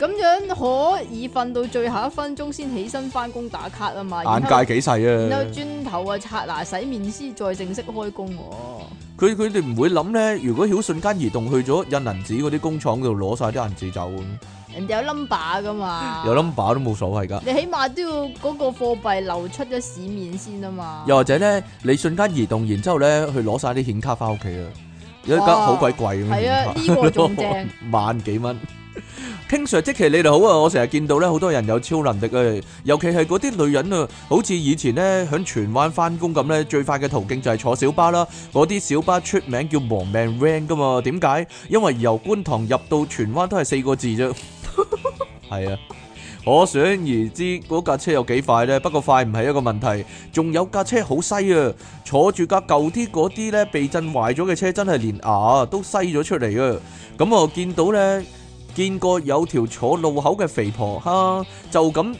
咁樣可以瞓到最後一分鐘先起身翻工打卡啊嘛。然後眼界幾細然後啊！轉頭啊刷牙洗面先再正式開工哦喎。佢佢哋唔會諗咧，如果曉瞬間移動去咗印銀紙嗰啲工廠度攞晒啲銀紙走，人哋有 number 噶嘛。有 number 都冇所謂㗎。你起碼都要嗰個貨幣流出咗市面先啊嘛。又或者咧，你瞬間移動，然之後咧去攞晒啲顯卡翻屋企啊！有一間好鬼貴咁樣 係啊顯呢卡個仲正，萬幾蚊。King Sir，即其你哋好啊！我成日見到咧，好多人有超能力啊，尤其係嗰啲女人啊，好似以前咧響荃灣翻工咁咧，最快嘅途徑就係坐小巴啦。嗰啲小巴出名叫亡命 van 噶嘛？點解？因為由觀塘入到荃灣都係四個字啫。係啊，可想而知嗰架車有幾快咧。不過快唔係一個問題，仲有架車好犀啊！坐住架舊啲嗰啲咧被震壞咗嘅車，真係連牙都篩咗出嚟啊！咁我見到咧，見過有條坐路口嘅肥婆哈、就咁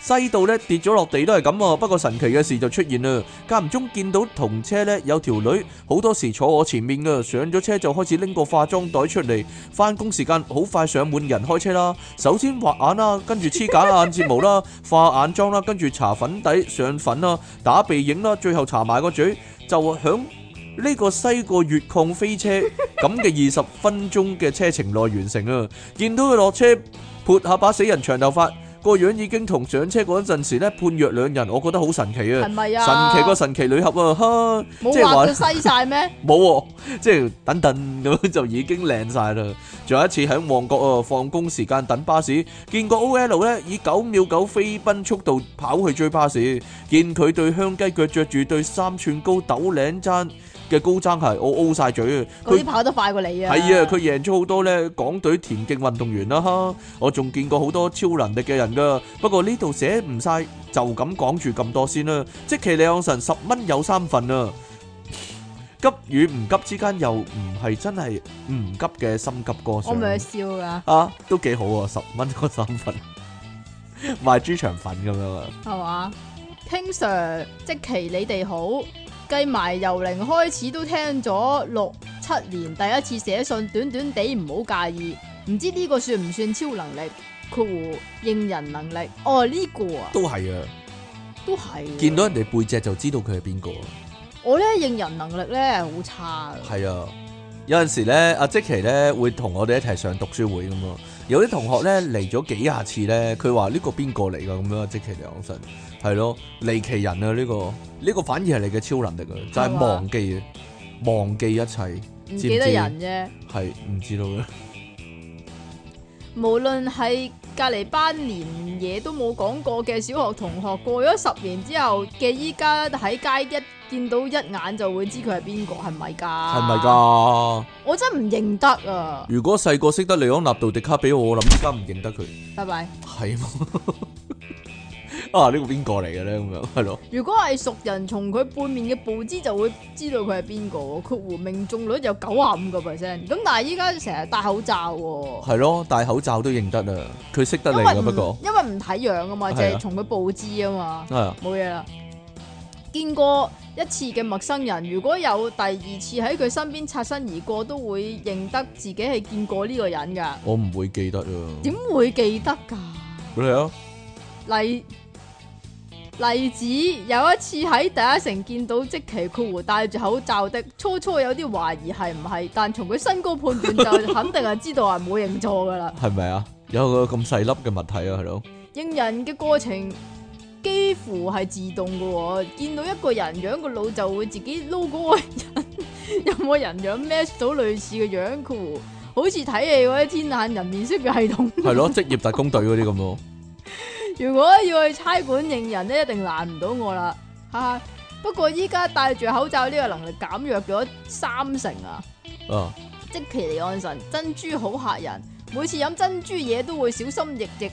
篩到咧跌咗落地都係咁啊！不過神奇嘅事就出現啦，間唔中見到同車咧有條女，好多時坐我前面噶，上咗車就開始拎個化妝袋出嚟，翻工時間好快上滿人開車啦，首先畫眼啦，跟住黐假眼睫毛啦， 化眼妝啦，跟住搽粉底上粉啦。打鼻影啦，最後查埋個嘴，就響呢個西個月礦飛車咁嘅二十分鐘嘅車程內完成啊！見到佢落車，潑下把死人長頭髮，個樣已經同上車嗰陣時咧判若兩人，我覺得好神奇係啊！咪啊？神奇個神奇女俠啊！哈，即冇係話話佢西晒咩？冇喎，即係等等咁樣就已經靚晒啦。仲有一次喺旺角啊，放工時間等巴士，見個 O.L. 咧以九秒九飛奔速度跑去追巴士，見佢對香雞腳着住對三寸高斗領踭嘅高踭鞋，我 O 晒嘴啊！嗰佢啲跑得快過你啊！係啊，佢贏咗好多咧港隊田徑運動員啦哈！我仲見過好多超能力嘅人噶，不過呢度寫唔晒，就咁講住咁多先啦。即其李昂神十蚊有三份啊！急與唔急之間又唔係真係唔急嘅心急歌我咪上笑噶，啊，都幾好啊！十蚊嗰三份賣豬腸粉咁樣啊！係嘛？ King Sir，即其你哋好。計埋由零開始都聽咗六七年，第一次寫信，短短地唔好介意。唔知呢個算唔算超能力？括弧應人能力。哦，呢、個啊，都係啊，都係。見到人哋背脊就知道佢係邊個。我咧應人能力咧好差㗎。係啊，有陣時咧，阿即奇咧會同我哋一齊上讀書會咁嘛。有啲同學咧嚟咗幾廿次咧，佢話呢個邊個嚟㗎咁樣？即奇就講神係咯，離奇人啊呢、個呢、個反而係你嘅超能力啊，就係、係嘛忘記啊，忘記一切唔知唔記得知人啫。係唔知道嘅。無論係隔離班連嘢都冇講過嘅小學同學，過咗十年之後嘅依家喺街一見到一眼就會知佢係邊個，係咪㗎？係係咪？㗎？我真唔認得啊！如果細個識得利安納杜迪卡比，我諗依家唔認得佢，拜拜。係嘛？ 啊，呢個邊個嚟嘅咧？咁樣係咯，如果係熟人，從佢背面嘅步姿就會知道佢係邊個喎。括弧命中率有九啊五個 percent，咁但係依家成日戴口罩喎。係咯，戴口罩都認得啊！佢識得你因為㗎，唔不過因為唔睇樣啊嘛，係啊就係從佢步姿啊嘛。係啊，冇嘢啦。見過一次嘅陌生人，如果有第二次喺佢身邊擦身而過，都會認得自己係見過呢個人噶。我唔會記得啊。點會記得㗎？嚟啊！例例子有一次喺第一城見到即其括弧戴住口罩的，初初有啲懷疑係唔係，但從佢身高判斷就肯定係知道係冇認錯噶啦。係咪啊？有個咁細粒嘅物體啊，係咯，認人嘅過程幾乎係自動嘅喎、見到一個人樣個腦就會自己撈嗰個人 有冇人樣 match 到類似嘅樣嘅喎，好似睇戲嗰啲天眼人面識嘅系統。係咯，職業特工隊嗰啲咁咯，如果要去差館認人咧，一定難唔到我啦，哈哈。不過依家戴住口罩呢個能力減弱咗三成啊！啊，即其尼安神珍珠好嚇人，每次飲珍珠嘢都會小心翼翼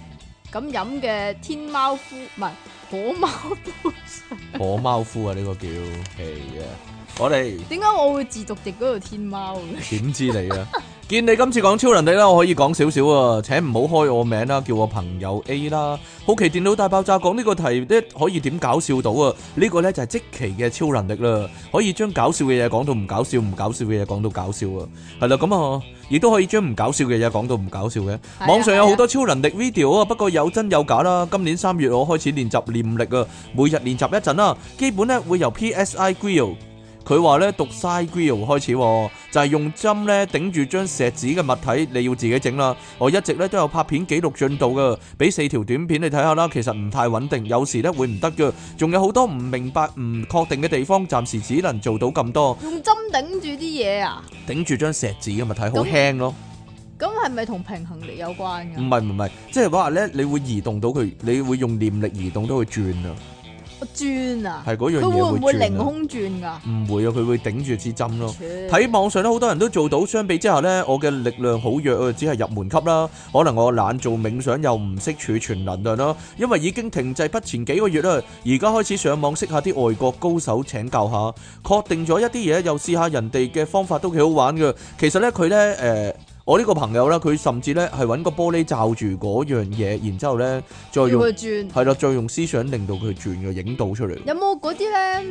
咁飲嘅天貓夫唔係火貓夫，火貓夫啊，呢個叫係啊，我哋點解我會自讀譯嗰度天貓嘅？點知你啊？見你今次講超能力啦，我可以講少少啊。請唔好開我名啦，叫我朋友 A 啦。好奇電腦大爆炸講呢個題咧，可以點搞笑到啊？呢、個呢就係即期嘅超能力啦，可以將搞笑嘅嘢講到唔搞笑，唔搞笑嘅嘢講到搞笑啊。係啦，咁啊，亦都可以將唔搞笑嘅嘢講到唔搞笑嘅。啊 網上有好多超能力 video 啊，不過有真有假啦。今年三月我開始練習念力啊，每日練習一陣啦，基本呢會由 PSI Grill。佢話咧讀 side grill 開始喎，就係用針咧頂住張石子嘅物體，你要自己整啦。我一直咧都有拍片記錄進度噶，俾四條短片你睇下啦。其實唔太穩定，有時咧會唔得嘅，仲有好多唔明白、唔確定嘅地方，暫時只能做到咁多。用針頂住啲嘢啊！頂住張石子嘅物體好咁輕咯，咁係咪同平衡力有關唔㗎？係唔係，即係話咧，你會移動到佢，你會用念力移動到佢轉啊，我轉啊！係嗰樣嘢佢會唔會會轉凌啊，空轉㗎？唔會啊，佢會頂住支針咯。睇睇網上咧，好多人都做到，相比之下呢，我嘅力量好弱啊，只係入門級啦。可能我懶做冥想，又唔識儲存能量啦，因為已經停滯不前幾個月啦。而家開始上網識下啲外國高手請教下，確定咗一啲嘢，又試下人哋嘅方法都幾好玩嘅。其實呢，佢呢，誒、我呢個朋友啦，佢甚至呢係揾個玻璃罩住嗰樣嘢，然之後呢，再要用佢轉，係啦，再用思想令到佢轉嘅，影到出嚟有冇嗰啲咧？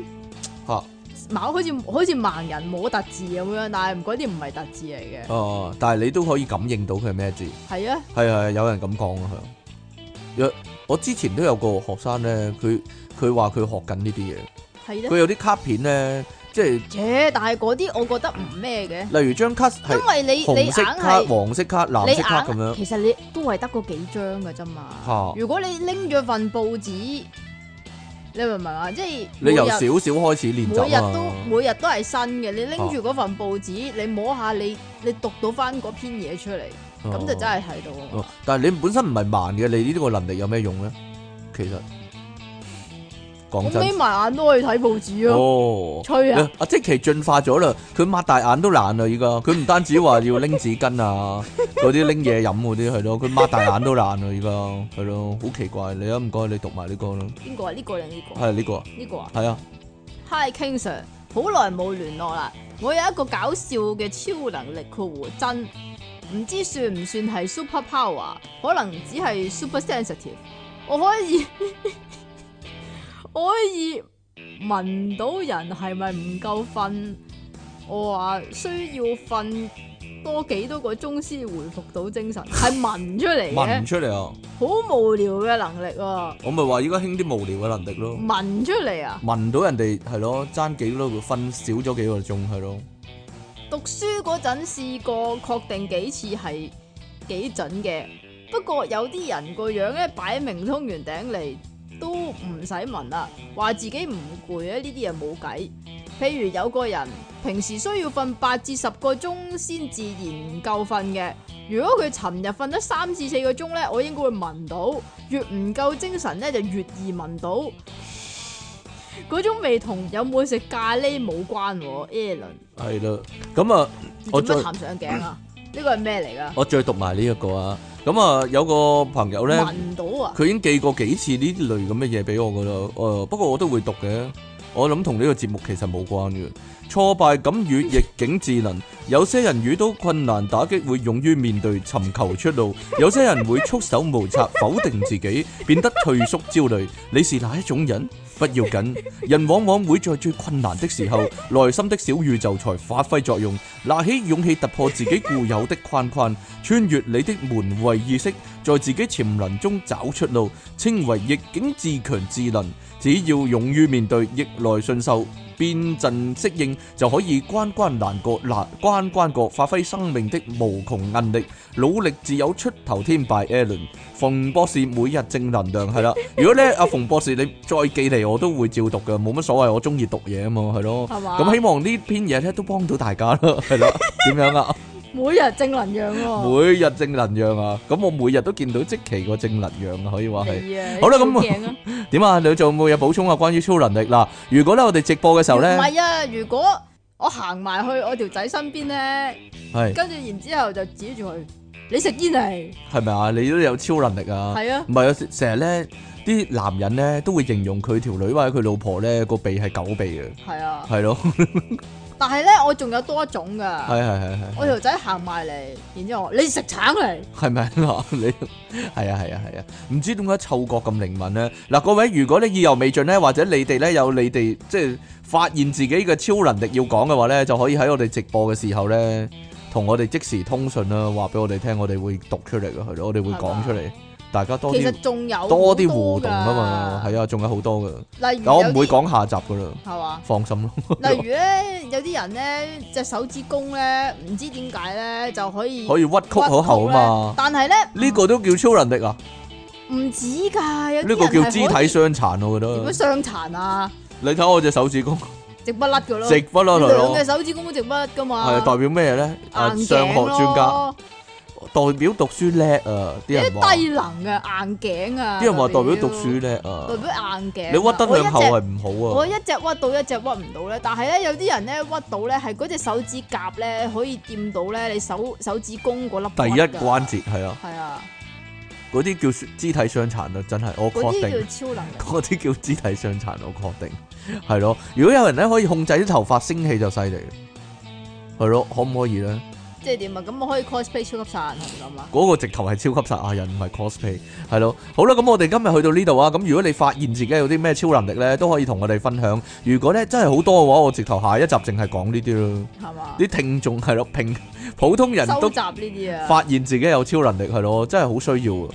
嚇。某好似好似盲人摸特字咁樣，但係嗰啲唔係特字嚟嘅。哦、但係你都可以感應到佢係咩字。係啊，係係有人咁講啊，係有我之前都有個學生咧，佢佢話佢學緊呢啲嘢，係佢啦。有啲卡片咧，即係切，但係嗰啲我覺得唔咩嘅。例如張卡係因為你你紅硬色卡、係黃色卡、你藍色卡咁硬，樣，其實你都係得嗰幾張嘅啫嘛嚇。如果你拎咗份報紙，你明唔明啊？即係每你由日少少開始練每習日都啊，每日都係新嘅，你拎住嗰份報紙，你摸下你你讀到翻嗰篇嘢出嚟，咁就真係睇到啊哦啊。但係你本身唔係盲嘅，你呢個能力有咩用咧？其實講我真眯。埋眼都可以睇報紙啊！哦，吹啊！阿即奇進化咗啦，佢擘大眼都難啦，依家佢唔單止話要拎紙巾啊， 嗰啲拎嘢飲嗰啲係咯，佢擘大眼都難啦，依家係咯，好奇怪。你啊，唔該，你讀埋呢個啦，邊個啊？呢個定呢個？係呢個啊，呢個啊係啊， ？Hi King Sir，好耐冇聯絡啦。我有一個搞笑嘅超能力括弧真，唔知算唔算係 super power，可能只係 super sensitive。我可以， 我可以聞到人係咪唔夠瞓？我話需要瞓多幾多個鐘先回復到精神，係聞出嚟聞嘅，出嚟啊！好無聊嘅能力喎，我咪話依家興啲無聊嘅能力咯，聞出嚟啊！聞到人哋係咯，爭幾多個瞓少咗幾個鐘係咯，讀書嗰陣試過確定幾次係幾準嘅，不過有啲人個樣咧擺明通完頂嚟都唔使問啦，話自己唔攰咧呢啲嘢冇計。譬如有個人平時需要瞓八至十個鐘先自然唔夠瞓嘅，如果佢尋日瞓得三至四個鐘呢，我應該會聞到，越唔夠精神呢，就越易聞到。嗰種味同有冇食咖喱冇關喎，Alan。係啦。咁啊，我我再做乜談上頸啊？呢個係咩嚟噶？我再讀埋呢一個啊。咁啊，有個朋友咧，聞到啊！佢已經寄過幾次呢類咁嘅嘢俾我噶啦。誒、不過我都會讀嘅。我諗同呢個節目其實冇關嘅。挫敗感與逆境智能，有些人遇到困難打擊會勇於面對，尋求出路；有些人會束手無策，否定自己，變得退縮焦慮。你是哪一種人？不要緊，人往往會在最困難的時候，內心的小宇宙才發揮作用，拿起勇氣突破自己固有的框框，穿越你的門衞意識，在自己潛能中找出路，稱為逆境自強智能。只要勇於面對，逆來順受，變陣適應，就可以關關難過，難關關過，發揮生命的無窮韌力，努力自有出頭天。by Alan，馮博士每日正能量係啦。如果咧阿馮博士你再寄嚟，我都會照讀嘅，冇乜所謂，我中意讀嘢啊嘛，係咯。 係嘛咁希望呢篇嘢咧都幫到大家啦，係啦。點樣啊？每日正能量喎，每日正能量啊！咁我每日都見到即期個正能量啊，可以話係。你啊！好啦咁你照鏡啊點啊？你仲有冇嘢補充啊？關於超能力嗱，如果咧我哋直播嘅時候咧唔，係啊！如果我行埋去我條仔身邊咧，係跟住然之後就指住佢，你食煙嚟？係咪啊？你都有超能力啊？係啊，唔係啊，成成日咧啲男人咧都會形容佢條女或者佢老婆咧個鼻係狗鼻嘅，係啊！係咯，但係咧，我仲有多一種係噶。係係係，我條仔行埋嚟，然之後我你食橙嚟？係咪 啊？你係啊係啊係啊，唔知點解嗅覺咁靈敏咧？嗱，各位如果咧意猶未盡咧，或者你哋咧有你哋即係發現自己嘅超能力要講嘅話咧，就可以喺我哋直播嘅時候咧，同我哋即時通訊啦，話俾我哋聽，我哋會讀出嚟嘅，係咯，我哋會講出嚟，大家多其啲實仲有多啲好互動㗎嗯啊嘛，係啊，仲有好多嘅。例如但我唔會會講下集噶啦，係嘛？放心咯，例如咧，有啲人咧隻手指公咧，唔知點解咧就可以可以屈曲好厚啊嘛。但係咧呢個都叫超能力啊，唔止㗎，有啲呢個人叫係肢體啊可以傷殘，我覺點樣得。傷殘啊？你睇我隻手指公直不甩㗎咯，直不啦，兩咯隻，手指公都直不甩㗎嘛，係啊代表咩咧？啊，啊硬頸上學專家咯代表讀書叻啊，啲人話，低能嘅硬頸啊，啲人話代表讀書叻代啊，表硬頸啊。你屈得兩我後一隻係唔好我啊，一隻屈到一隻屈唔到咧，但係咧有啲人咧屈到咧係嗰隻手指甲咧可以掂到咧你手手指公嗰粒第骨一㗎關節係啊，係啊，嗰啲叫肢體傷殘啊，真係我嗰確定。啲叫超能力。 嗰啲叫肢體傷殘，我確定係咯。如果有人咧可以控制啲頭髮升起就犀利，係咯，可唔可以咧？即係點啊？咁我可以 cosplay 超級殺人係咪咁啊？嗰、個直頭係超級殺亞人，唔係 cosplay，係咯。好啦，咁我哋今日去到呢度啊。咁如果你發現自己有啲咩超能力咧，都可以同我哋分享。如果咧真係好多嘅話，我直頭下一集淨係講呢啲咯。係嘛？啲聽眾係咯，平普通人收都集呢啲啊！發現自己有超能力係咯，真係好需要啊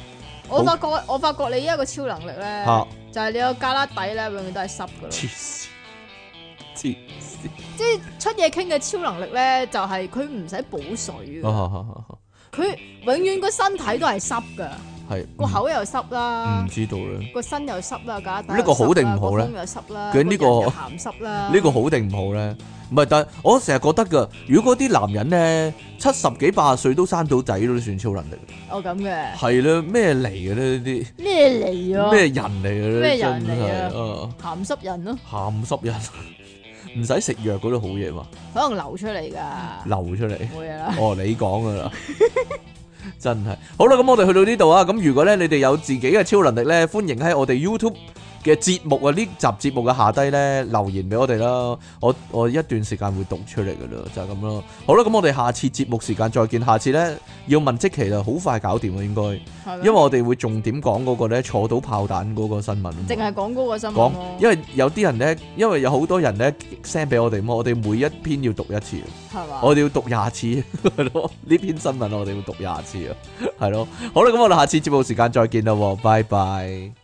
我發覺我發覺你一個超能力咧，嚇！就係你個加拉底咧，永遠都係濕噶啦。黐線，黐線即係出嘢傾嘅超能力咧，就係佢唔使補水啊 㗎啊啊啊啊！佢永遠個身體都係濕噶，係個口啊又濕唔啦唔，知道咧。個身又濕啦，加拉底又濕嗯啦呢個好定唔好咧個風又濕啦，究竟呢個個人又鹹濕啦，呢個好定唔好咧？唔係，但係我成日覺得噶，如果嗰啲男人咧七十幾八十歲都生到仔都算超能力，哦咁嘅係啦，咩嚟嘅咧？呢咩嚟啲啊？咩人嚟嘅咧？咩人真係啊？鹹濕人咯，鹹濕人， 唔使食藥嗰啲好嘢嘛，可能流出嚟㗎，流出嚟。冇嘢啦。哦，你講噶啦。 真係好啦，咁我哋去到呢度啊。咁如果咧你哋有自己嘅超能力咧，歡迎喺我哋 YouTube 嘅節目啊，呢集節目嘅下低咧留言俾我哋啦，我我一段時間會讀出嚟噶啦，就係咁咯。好啦，咁我哋下次節目時間再見，下次咧要問即期啦，好快搞掂啊，應該，係因為咪？我哋會重點講嗰個咧坐到炮彈嗰個新聞啊嘛。淨係講嗰個新聞講，咯，因為有啲人咧，因為有好多人咧 send 俾我哋嘛，我哋每一篇要讀一次，啊係嘛？我哋要讀廿次，係咯，呢篇新聞我哋要讀廿次啊，係咯，好啦，咁我哋下次節目時間再見啦喎，拜拜。